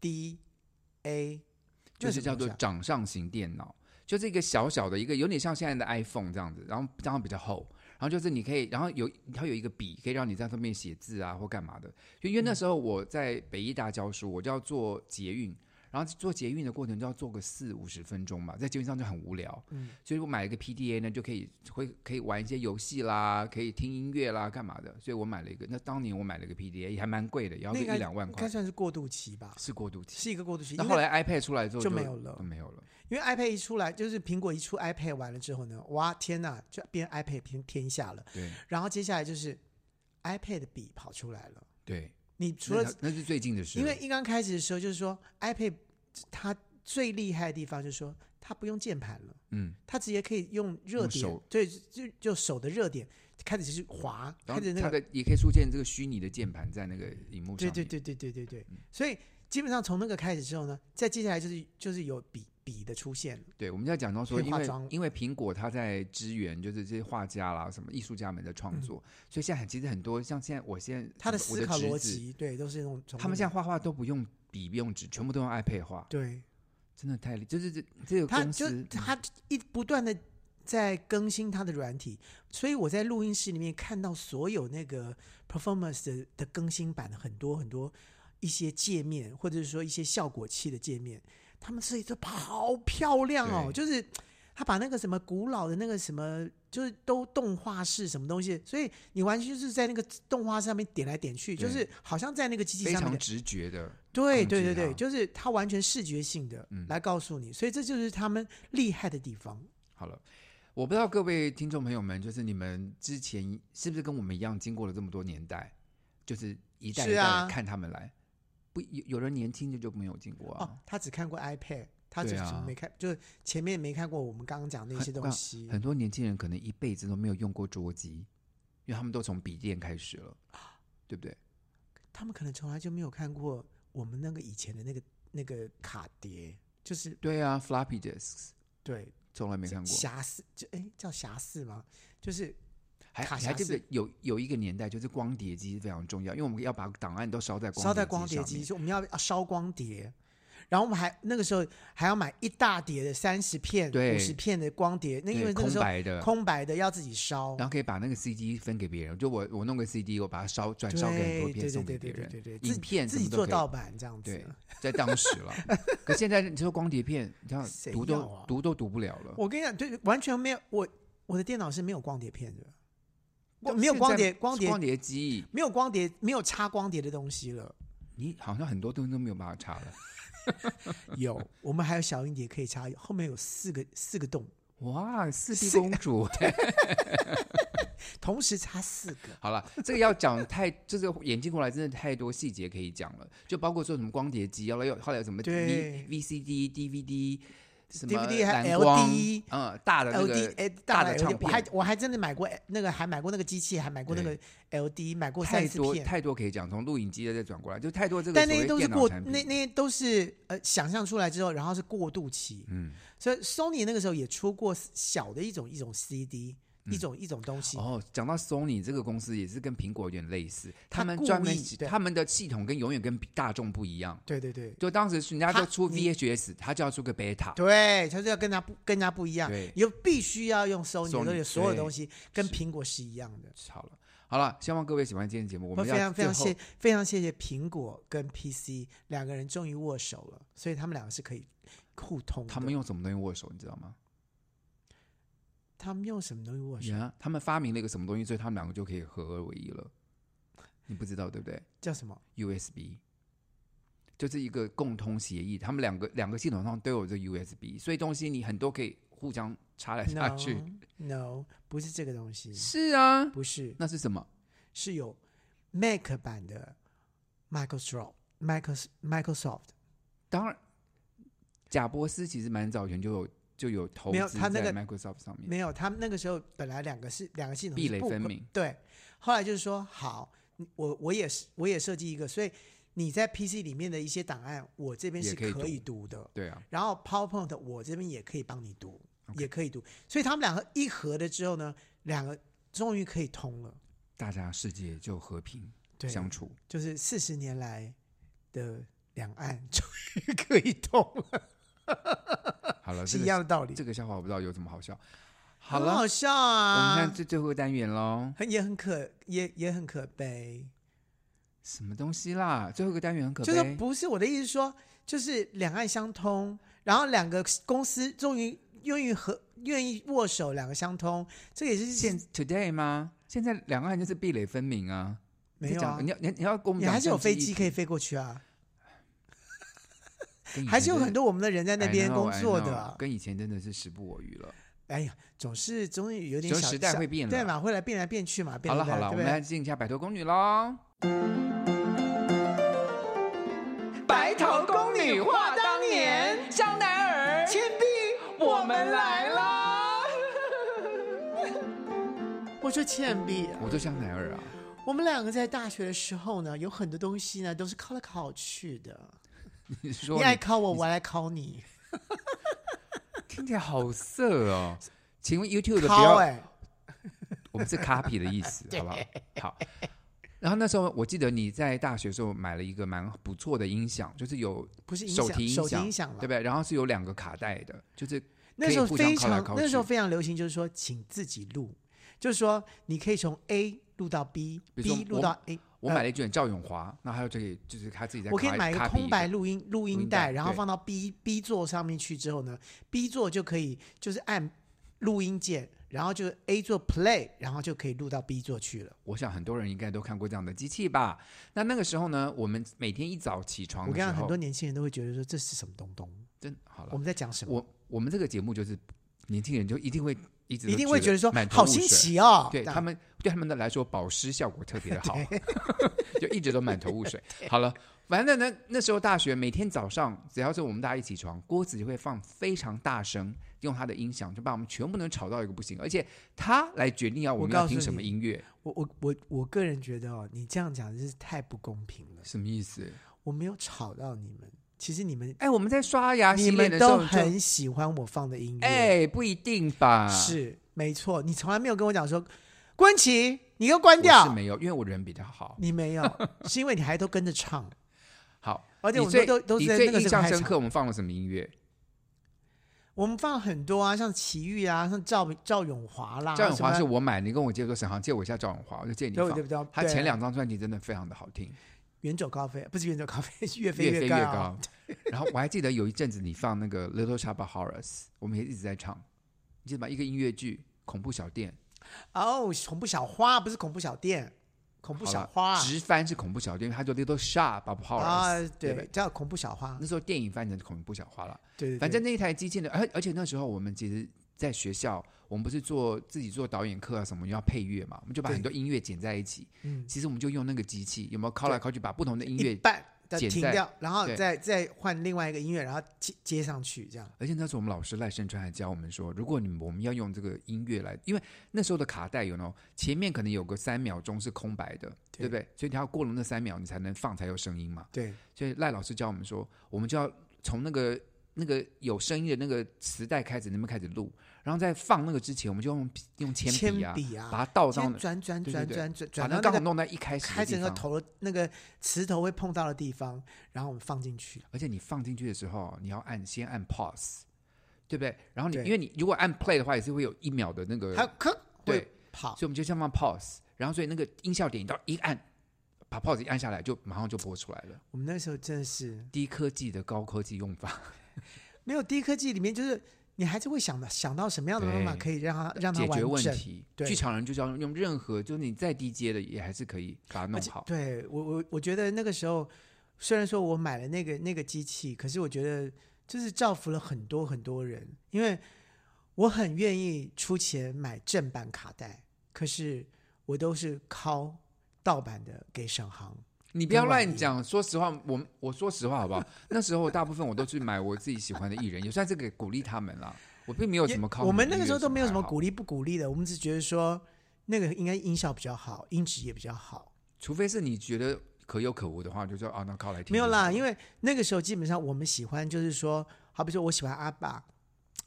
Speaker 1: D A，
Speaker 2: 就是叫做掌上型电脑，就是一个小小的一个，有点像现在的 iPhone 这样子，然后这样比较厚。然后就是你可以，然后有它有一个笔，可以让你在上面写字啊或干嘛的。就因为那时候我在北医大教书，我就要做捷运，然后做捷运的过程就要做个四五十分钟嘛，在捷运上就很无聊。
Speaker 1: 嗯
Speaker 2: 所以我买了一个 PDA 呢，就可以会可以玩一些游戏啦，可以听音乐啦，干嘛的。所以我买了一个，那当年我买了一个 PDA，也还蛮贵的，也要个
Speaker 1: 那
Speaker 2: 一
Speaker 1: 个
Speaker 2: 两万
Speaker 1: 应该
Speaker 2: 块，
Speaker 1: 算是过渡期吧，
Speaker 2: 是过渡期。
Speaker 1: 是一个过渡期。
Speaker 2: 那
Speaker 1: 因
Speaker 2: 后
Speaker 1: 为
Speaker 2: 来 iPad 出来之后
Speaker 1: 就没有了
Speaker 2: 就没有了。
Speaker 1: 因为 iPad 一出来，就是苹果一出 iPad 完了之后呢，哇，天哪，就变 iPad 偏天下了。
Speaker 2: 对
Speaker 1: 然后接下来就是 iPad 笔跑出来了。
Speaker 2: 对，
Speaker 1: 你除了
Speaker 2: 那那是最近的事了，
Speaker 1: 因为一刚开始的时候，就是说 iPad 它最厉害的地方，就是说它不用键盘了，
Speaker 2: 嗯，
Speaker 1: 它直接可以用热
Speaker 2: 用
Speaker 1: 点
Speaker 2: 手，
Speaker 1: 对，就就手的热点开始就是滑，
Speaker 2: 然
Speaker 1: 开
Speaker 2: 后
Speaker 1: 始那
Speaker 2: 它
Speaker 1: 个
Speaker 2: 的也可以出现这个虚拟的键盘在那个荧幕上
Speaker 1: 对
Speaker 2: 面，
Speaker 1: 对对对对对对，
Speaker 2: 嗯
Speaker 1: 所以基本上从那个开始之后呢，再接下来就是就是有笔笔的出现了，
Speaker 2: 对，我们在讲到说，
Speaker 1: 可以
Speaker 2: 因
Speaker 1: 化
Speaker 2: 为
Speaker 1: 妆
Speaker 2: 因为苹果它在支援，就是这些画家啦、什么艺术家们的创作，所以现在很其实很多像现在我现在
Speaker 1: 嗯他的
Speaker 2: 我
Speaker 1: 思
Speaker 2: 的
Speaker 1: 考
Speaker 2: 侄
Speaker 1: 逻
Speaker 2: 子，
Speaker 1: 辑，对，都是那种从
Speaker 2: 他们现在画画都不用笔，不用纸，全部都用 iPad 画，
Speaker 1: 对，
Speaker 2: 真的太厉就是这这个
Speaker 1: 他
Speaker 2: 公
Speaker 1: 就
Speaker 2: 司，嗯
Speaker 1: 他一不断的。在更新他的软体，所以我在录音室里面看到所有那个 performance 的的更新版的很多很多一些界面，或者是说一些效果器的界面，他们设计的好漂亮哦，
Speaker 2: 对
Speaker 1: 就是他把那个什么古老的那个什么，就是都动画式什么东西，所以你完全就是在那个动画上面点来点去，就
Speaker 2: 对
Speaker 1: 是好像在那个机器
Speaker 2: 非
Speaker 1: 上面
Speaker 2: 常
Speaker 1: 的
Speaker 2: 直觉的，
Speaker 1: 对
Speaker 2: 控制
Speaker 1: 对对对，
Speaker 2: 它
Speaker 1: 就是它完全视觉性的
Speaker 2: 嗯
Speaker 1: 来告诉你，所以这就是他们厉害的地方。
Speaker 2: 好了，我不知道各位听众朋友们，就是你们之前是不是跟我们一样，经过了这么多年代，就是一代
Speaker 1: 是
Speaker 2: 一代
Speaker 1: 啊
Speaker 2: 地看他们来，不有有人年轻的就没有经过
Speaker 1: 哦
Speaker 2: 啊，，
Speaker 1: 他只看过 iPad，他只
Speaker 2: 对
Speaker 1: 是
Speaker 2: 啊
Speaker 1: 没看，就是前面没看过我们刚刚讲那
Speaker 2: 很
Speaker 1: 些
Speaker 2: 我
Speaker 1: 东
Speaker 2: 告
Speaker 1: 西。
Speaker 2: 很多年轻人可能一辈子都没有用过桌机，因为他们都从笔电开始了，对不对？
Speaker 1: 他们可能从来就没有看过我们那个以前的那个那个卡碟，就是
Speaker 2: 对啊，floppy disks
Speaker 1: 对
Speaker 2: 从来没看过。
Speaker 1: 匣式，就哎叫匣式吗？就是
Speaker 2: 还
Speaker 1: 卡
Speaker 2: 你还
Speaker 1: 匣
Speaker 2: 记不
Speaker 1: 式
Speaker 2: 记得有有一个年代，就是光碟机非常重要，因为我们要把档案都烧在光
Speaker 1: 烧在光碟
Speaker 2: 上
Speaker 1: 机，
Speaker 2: 面
Speaker 1: 就我们要要烧光碟。然后我们还那个时候还要买一大碟的三十片、
Speaker 2: 对
Speaker 1: 五十片的光碟，那因
Speaker 2: 对
Speaker 1: 为那个时候
Speaker 2: 空白的
Speaker 1: 空白的要自己烧，
Speaker 2: 然后可以把那个 CD 分给别人，就我我弄个 CD，我把它烧转
Speaker 1: 对
Speaker 2: 烧给很多片
Speaker 1: 对
Speaker 2: 送
Speaker 1: 对对
Speaker 2: 给别
Speaker 1: 对对
Speaker 2: 人，
Speaker 1: 对对，自
Speaker 2: 影
Speaker 1: 己
Speaker 2: 片
Speaker 1: 自
Speaker 2: 什
Speaker 1: 己
Speaker 2: 么都
Speaker 1: 做
Speaker 2: 可以
Speaker 1: 盗版这样子
Speaker 2: 对。，在当时
Speaker 1: <laughs>
Speaker 2: 了。可现在你说光碟片，你看
Speaker 1: 谁
Speaker 2: 读
Speaker 1: 要
Speaker 2: 都、
Speaker 1: 啊
Speaker 2: 读都读不了了。
Speaker 1: 我跟你讲，对，完全没有我我的电脑是没有光碟片的，我没有
Speaker 2: 现
Speaker 1: 光
Speaker 2: 在
Speaker 1: 碟光碟
Speaker 2: 光碟机，
Speaker 1: 没有光碟，没有插光碟的东西了。
Speaker 2: 你好像很多东西都没有办法查了。 <laughs>
Speaker 1: 有，我们还有小硬碟可以插，后面有四个四个洞，<laughs>
Speaker 2: 哇，四
Speaker 1: 是啊
Speaker 2: D 公主，
Speaker 1: 同时插四个。
Speaker 2: 好了，这个要讲太，这个眼睛过来真的太多细节可以讲了，就包括说什么光碟机，后来有后来有什么
Speaker 1: 对
Speaker 2: V VCD、DVD。什么
Speaker 1: DVD 还
Speaker 2: 蓝光
Speaker 1: LD
Speaker 2: 嗯，大的那
Speaker 1: L
Speaker 2: 个
Speaker 1: D 哎，
Speaker 2: 大
Speaker 1: 了
Speaker 2: 的
Speaker 1: LD
Speaker 2: 唱
Speaker 1: 我
Speaker 2: 片
Speaker 1: 还，我还真的买过那个，还买过那个机器，还买过那个 L D，买过三
Speaker 2: 太
Speaker 1: 四
Speaker 2: 多
Speaker 1: 片，
Speaker 2: 太多可以讲，从录影机的再转过来，就太多这个
Speaker 1: 但
Speaker 2: 所
Speaker 1: 那
Speaker 2: 谓
Speaker 1: 些都是
Speaker 2: 电脑
Speaker 1: 过
Speaker 2: 产品。
Speaker 1: 那那些都是呃想象出来之后，然后是过渡期，
Speaker 2: 嗯，
Speaker 1: 所以 Sony 那个时候也出过小的一种一种 CD，、一种一种东西，
Speaker 2: 嗯哦，讲到 Sony 这个公司也是跟苹果有点类似，
Speaker 1: 它
Speaker 2: 他们
Speaker 1: 故
Speaker 2: 专门
Speaker 1: 意对
Speaker 2: 他们的系统跟永远跟大众不一样。
Speaker 1: 对对对
Speaker 2: 就当时人家
Speaker 1: 它
Speaker 2: 都出
Speaker 1: 你
Speaker 2: VHS，他就要出个 Beta，
Speaker 1: 对，它是要跟它不跟人家不一样
Speaker 2: 对，
Speaker 1: 你就必须要用 Sony，
Speaker 2: Sony，
Speaker 1: 而且所有
Speaker 2: 对
Speaker 1: 东西跟苹果是一样的。
Speaker 2: 好了，好了，希望各位喜欢今天的节目，我们
Speaker 1: 非
Speaker 2: 要
Speaker 1: 常非
Speaker 2: 最
Speaker 1: 常
Speaker 2: 后
Speaker 1: 谢非常谢谢苹果跟 PC 两个人终于握手了，所以他们两个是可以互通的。
Speaker 2: 他们用什么东西握手，你知道吗？
Speaker 1: 他们用什么东西握手？
Speaker 2: 呀，他们发明了一个什么东西，所以他们两个就可以合二为一了。你不知道对不对
Speaker 1: 叫什么？
Speaker 2: ？USB 就是一个共通协议，他们两个两个系统上都有这个 USB，所以东西你很多可以互相插来插
Speaker 1: No
Speaker 2: 去。
Speaker 1: No，不是这个东西，
Speaker 2: 是啊，
Speaker 1: 不是，
Speaker 2: 那是什么？
Speaker 1: 是有 Mac 版的 Microsoft Micros Microsoft
Speaker 2: 嗯当然，贾伯斯其实蛮早以前就有就有投
Speaker 1: 没有
Speaker 2: 资
Speaker 1: 他
Speaker 2: 在
Speaker 1: 那个
Speaker 2: Microsoft 上面，
Speaker 1: 没有，他们那个时候本来两个是两个系统是
Speaker 2: 壁垒
Speaker 1: 不
Speaker 2: 分
Speaker 1: 可
Speaker 2: 明。
Speaker 1: 对，后来就是说好，你我我也是我也设计一个，所以你在 PC 里面的一些档案，我这边
Speaker 2: 也
Speaker 1: 是
Speaker 2: 可以
Speaker 1: 可以读的。
Speaker 2: 对啊，
Speaker 1: 然后 PowerPoint 我这边也可以帮你读
Speaker 2: OK
Speaker 1: 也可以读，所以他们两个一合了之后呢，两个终于可以通了。
Speaker 2: 大家世界就和平
Speaker 1: 对，
Speaker 2: 相处。
Speaker 1: 就是四十年来的两岸终于可以通了，
Speaker 2: 好了，
Speaker 1: 是
Speaker 2: 这
Speaker 1: 一
Speaker 2: 个
Speaker 1: 样的道理。
Speaker 2: 这个笑话我不知道有什么好笑。好
Speaker 1: 很
Speaker 2: 了，
Speaker 1: 好笑
Speaker 2: 我们看
Speaker 1: 啊，
Speaker 2: 这最后一个单元喽，
Speaker 1: 很也很可也也很可悲，
Speaker 2: 什么东西啦？最后一个单元很可
Speaker 1: 就是
Speaker 2: 悲，
Speaker 1: 不是我的意思说，就是两岸相通，然后两个公司终于愿意和愿意握手，两个相通，这也是
Speaker 2: 现 today 吗？现在两岸就是壁垒分明啊。
Speaker 1: 没有
Speaker 2: 在
Speaker 1: 啊
Speaker 2: 讲你，要你你要跟我们
Speaker 1: 也
Speaker 2: 讲
Speaker 1: 还是有
Speaker 2: 政治
Speaker 1: 飞
Speaker 2: 议
Speaker 1: 机
Speaker 2: 题
Speaker 1: 可以飞过去啊。
Speaker 2: 跟以前
Speaker 1: 还是有
Speaker 2: 真的
Speaker 1: 很多我们的人在那
Speaker 2: 哎 I
Speaker 1: 边
Speaker 2: know，
Speaker 1: 工
Speaker 2: I
Speaker 1: 作
Speaker 2: know，
Speaker 1: 的啊。
Speaker 2: 跟以前真的是时不我与了。
Speaker 1: 哎呀，总是总是有点
Speaker 2: 只有
Speaker 1: 小
Speaker 2: 时代
Speaker 1: 小
Speaker 2: 会变
Speaker 1: 对
Speaker 2: 了
Speaker 1: 嘛，会来变来变去嘛，变
Speaker 2: 好了
Speaker 1: 来
Speaker 2: 好了，我
Speaker 1: 对不
Speaker 2: 们来
Speaker 1: 对？
Speaker 2: 进一下摆脱宫女喽。白头宫女话当年，香奈儿
Speaker 1: 铅笔，
Speaker 2: 我们来啦！
Speaker 1: 我说倩碧啊，
Speaker 2: 我做香奈儿啊，
Speaker 1: 我们两个在大学的时候呢，有很多东西呢都是考来考去的，
Speaker 2: 你说
Speaker 1: 你
Speaker 2: 你
Speaker 1: 爱考我，我来考你，
Speaker 2: 听起来好色哦。请问 YouTube 的不
Speaker 1: 考
Speaker 2: 要，
Speaker 1: 哎，
Speaker 2: 我们是 copy 的意
Speaker 1: <laughs>
Speaker 2: 思，好不好？好。然后那时候我记得你在大学的时候买了一个蛮不错的音响，就是有
Speaker 1: 不是音响
Speaker 2: 手提
Speaker 1: 手提
Speaker 2: 响，
Speaker 1: 音响了
Speaker 2: 对不对？然后是有两个卡带的，就是
Speaker 1: 那时候
Speaker 2: 可
Speaker 1: 非
Speaker 2: 以互相拷来
Speaker 1: 常
Speaker 2: 拷去
Speaker 1: 那时候非常流行，就是说请自己录，就是说你可以从 A 录到
Speaker 2: 比如说
Speaker 1: B，B
Speaker 2: 我
Speaker 1: 录到 A。
Speaker 2: 我买了一卷赵永华，那还有这个就是他自己在 copy，
Speaker 1: 呃我可以买一个
Speaker 2: copy
Speaker 1: 空白录音录
Speaker 2: 录
Speaker 1: 音
Speaker 2: 音带
Speaker 1: 带，然后
Speaker 2: 对
Speaker 1: 放到 B B 座上面去之后呢，B 座就可以就是按录音键，然后就 A 座 play，然后就可以录到 B 座去了。
Speaker 2: 我想很多人应该都看过这样的机器吧？那那个时候呢，我们每天一早起
Speaker 1: 我
Speaker 2: 床
Speaker 1: 跟
Speaker 2: 的
Speaker 1: 你
Speaker 2: 时
Speaker 1: 讲，
Speaker 2: 候，
Speaker 1: 很多年轻人都会觉得说这是什么东东，
Speaker 2: 真好
Speaker 1: 我
Speaker 2: 了，
Speaker 1: 们在讲什么？
Speaker 2: 我我们这个节目就是年轻人就一定会一直都
Speaker 1: 一定会觉
Speaker 2: 觉
Speaker 1: 得说
Speaker 2: 满头
Speaker 1: 好
Speaker 2: 雾
Speaker 1: 新
Speaker 2: 水。
Speaker 1: 奇哦，
Speaker 2: 对
Speaker 1: 这样
Speaker 2: 他们对他们的来说，保湿效果特别的好， <laughs> 就一直都满头雾
Speaker 1: <laughs>
Speaker 2: 水。好了，反正那那时候大学每天早上，只要是我们大家一起床，郭子就会放非常大声，用他的音响就把我们全部能吵到一个不行，而且他来决定要我
Speaker 1: 我
Speaker 2: 们
Speaker 1: 告
Speaker 2: 要
Speaker 1: 诉
Speaker 2: 听什么
Speaker 1: 你
Speaker 2: 音乐，
Speaker 1: 我我我我个人觉得哦，你这样讲真是太不公平了。
Speaker 2: 什么意思？
Speaker 1: 我没有吵到你们，其实你们
Speaker 2: 哎，我们在刷牙
Speaker 1: 你
Speaker 2: 洗
Speaker 1: 们
Speaker 2: 脸的时
Speaker 1: 都
Speaker 2: 候就，
Speaker 1: 很喜欢我放的音乐，
Speaker 2: 哎，不一定吧？
Speaker 1: 是没错，你从来没有跟我讲说，关琪，你给我关
Speaker 2: 我
Speaker 1: 掉，
Speaker 2: 是没有，因为我人比较好。
Speaker 1: 你没有，是因为你还都跟着唱。
Speaker 2: 好，
Speaker 1: 而且
Speaker 2: 你
Speaker 1: 我们
Speaker 2: 最
Speaker 1: 都都是
Speaker 2: 你
Speaker 1: 在
Speaker 2: 最
Speaker 1: 那个时
Speaker 2: 印
Speaker 1: 候
Speaker 2: 象
Speaker 1: 开
Speaker 2: 深
Speaker 1: 场
Speaker 2: 刻，我们放了什么音乐？
Speaker 1: 我们放很多啊，像齐豫啊，像赵赵永华啦，
Speaker 2: 赵永华
Speaker 1: 啊什
Speaker 2: 是
Speaker 1: 么
Speaker 2: 我买，你跟我借说沈航借我一下赵永华，我就借你
Speaker 1: 对
Speaker 2: 放
Speaker 1: 不。对不对？
Speaker 2: 他
Speaker 1: 对
Speaker 2: 前两张专辑真的非常的好听，
Speaker 1: 远走高飞，不是远走高飞，是越飞
Speaker 2: 越飞越
Speaker 1: 高。
Speaker 2: 高。
Speaker 1: <laughs>
Speaker 2: 然后我还记得有一阵子你放那个《Little Shop of Horrors》，我们也一直在唱，你记得吗？一个音乐剧《恐怖小店》，
Speaker 1: 哦，恐怖小花不是恐怖小店，恐怖
Speaker 2: 好
Speaker 1: 小
Speaker 2: 了
Speaker 1: 花
Speaker 2: 直翻是恐怖小店，它叫《Little Shop of Horrors》
Speaker 1: 啊，
Speaker 2: 对不
Speaker 1: 对，叫恐怖小花
Speaker 2: 那，时候电影翻成恐怖小花了。
Speaker 1: 对对对，
Speaker 2: 反正那一台机器呢，而而且那时候我们其实在学校，我们不是做自己做导演课啊什么，要配乐嘛，我们就把
Speaker 1: 对
Speaker 2: 很多音乐剪在一起。
Speaker 1: 嗯
Speaker 2: 其实我们就用那个机器，有没有拷来拷去，把不同的音
Speaker 1: 一
Speaker 2: 乐。
Speaker 1: 半再
Speaker 2: 剪
Speaker 1: 停
Speaker 2: 在
Speaker 1: 掉，然后
Speaker 2: 对
Speaker 1: 再再换另外一个音乐，然后接接上去这样。
Speaker 2: 而且那时候我们老师赖声川还教我们说，如果你们我们要用这个音乐来，因为那时候的卡带有呢，前面可能有个三秒钟是空白的，对不对？所以你要过了那三秒，你才能放才有声音嘛。
Speaker 1: 对，
Speaker 2: 所以赖老师教我们说，我们就要从那个那个有声音的那个磁带开始，那边开始录，然后在放那个之前，我们就用用铅笔啊，
Speaker 1: 铅笔啊
Speaker 2: 把它倒到
Speaker 1: 先
Speaker 2: 那，
Speaker 1: 转转
Speaker 2: 对对
Speaker 1: 转
Speaker 2: 对
Speaker 1: 转转
Speaker 2: 把
Speaker 1: 转
Speaker 2: 那
Speaker 1: 到那
Speaker 2: 刚好
Speaker 1: 个
Speaker 2: 弄在一开始
Speaker 1: 开
Speaker 2: 的
Speaker 1: 始
Speaker 2: 地
Speaker 1: 那个
Speaker 2: 方。
Speaker 1: 头的那个石头会碰到的地方，然后我们放进去。
Speaker 2: 而且你放进去的时候，你要按先按 pause，对不对？然后你
Speaker 1: 对
Speaker 2: 因为你如果按 play 的话，也是会有一秒的那个
Speaker 1: 还，有咳，
Speaker 2: 对
Speaker 1: 会跑
Speaker 2: 所以我们就先放 pause，然后所以那个音效点你到一按，把 pause 一按下来，就马上就播出来了。
Speaker 1: 我们那时候真的是
Speaker 2: 低科技的高科技用法，
Speaker 1: 没有低科技，里面就是你还是会想到想到什么样的
Speaker 2: 对
Speaker 1: 办法可以让它让它
Speaker 2: 解
Speaker 1: 完
Speaker 2: 决问
Speaker 1: 整。
Speaker 2: 题。
Speaker 1: 对
Speaker 2: 剧场人就是要用任何，就是你再低阶的也还是可以把它弄
Speaker 1: 而且
Speaker 2: 好。
Speaker 1: 对我我我觉得那个时候，虽然说我买了那个那个机器，可是我觉得就是造福了很多很多人，因为我很愿意出钱买正版卡带，可是我都是拷盗版的给沈航。
Speaker 2: 你不要乱讲，说实话，我我说实话好不好？那时候大部分我都去买我自己喜欢的艺人，也算是给鼓励他们啦。我并没有
Speaker 1: 也
Speaker 2: 什么靠你
Speaker 1: 我们
Speaker 2: 的
Speaker 1: 那个
Speaker 2: 音
Speaker 1: 时候
Speaker 2: 乐
Speaker 1: 都没有什么
Speaker 2: 还好
Speaker 1: 鼓励不鼓励的，我们只觉得说那个应该音效比较好，音质也比较好。
Speaker 2: 除非是你觉得可有可无的话，就说啊，那靠来听。
Speaker 1: 没有啦，因
Speaker 2: 为
Speaker 1: 为那个时候基本上我们喜欢就是说，好比说我喜欢阿爸，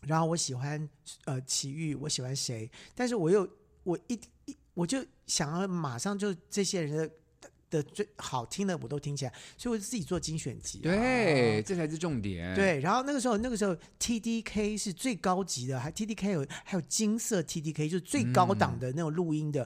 Speaker 1: 然后我喜欢呃奇遇，我喜欢谁，但是我又我一一我就想要马上就这些人的。的最好听的我都听起来，所以我就自己做精选集、啊
Speaker 2: 对，这才是重点。，
Speaker 1: 对，然后那个时候，那个时候 TDK 是最高级的，还 TDK 有还有金色 TDK，就是最高
Speaker 2: 嗯
Speaker 1: 档的那种录音的，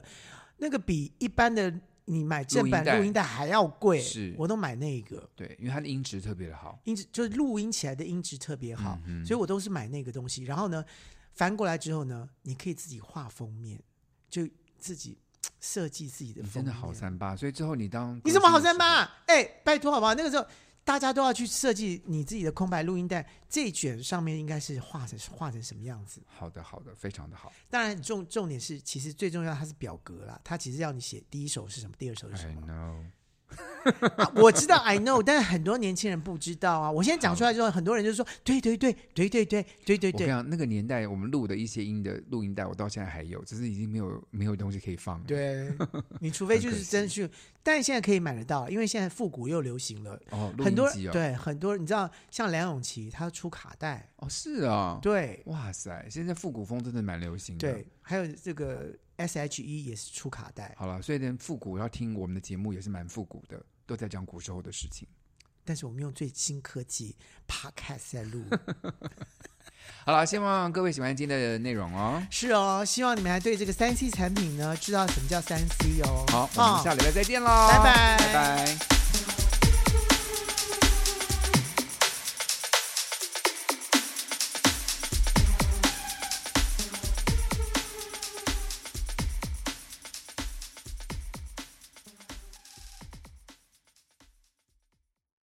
Speaker 1: 那个比一般的你买正版
Speaker 2: 录音带
Speaker 1: 录音带还要贵，
Speaker 2: 是
Speaker 1: 我都买那个，
Speaker 2: 对，因为它的音质特别的好。
Speaker 1: 音质就是录音起来的音质特别好，所以我都是买那个东西。然后呢，翻过来之后呢，你可以自己画封面，就自己设计自己的
Speaker 2: 你
Speaker 1: 封
Speaker 2: 真
Speaker 1: 面。
Speaker 2: 的好三八，所以最后你当
Speaker 1: 你怎么好
Speaker 2: 歌星的
Speaker 1: 三
Speaker 2: 时
Speaker 1: 八、
Speaker 2: 候？
Speaker 1: 啊？哎、拜托好不好？那个时候大家都要去设计你自己的空白录音带，这一卷上面应该是画成画成什么样子？
Speaker 2: 好的，好的，非常的好。
Speaker 1: 当然重重点是，其实最重要的它是表格啦，它其实要你写第一首是什么，第二首是什
Speaker 2: I
Speaker 1: 么。哎
Speaker 2: know，
Speaker 1: 啊我知道 I know，但是很多年轻人不知道啊。我现在讲出来之后，很多人就说对对对对对对对对
Speaker 2: 我跟你
Speaker 1: 对
Speaker 2: 讲，那个年代我们录的一些音的录音带，我到现在还有，只是已经没有没有东西可以放了。
Speaker 1: 对，你除非就是真去，但现在可以买得到，因为现在复古又流行了。
Speaker 2: 哦，录
Speaker 1: 很多
Speaker 2: 音
Speaker 1: 人
Speaker 2: 机哦，
Speaker 1: 对很多人，你知道，像梁咏琪，她出卡带，
Speaker 2: 哦是啊，
Speaker 1: 对
Speaker 2: 哇塞，现在复古风真的蛮流行的。
Speaker 1: 对，还有这个 S.H.E 也是出卡带，
Speaker 2: 好了，所以连复古要听我们的节目也是蛮复古的，都在讲古时候的事情。
Speaker 1: 但是我们用最新科技 Podcast 在
Speaker 2: <laughs>
Speaker 1: 录，
Speaker 2: 好了，希望各位喜欢今天的内容哦。
Speaker 1: 是哦，希望你们还对这个三 C 产品呢知道什么叫三 C 哦。
Speaker 2: 好，我们下礼拜再见喽，
Speaker 1: 拜拜
Speaker 2: 拜拜。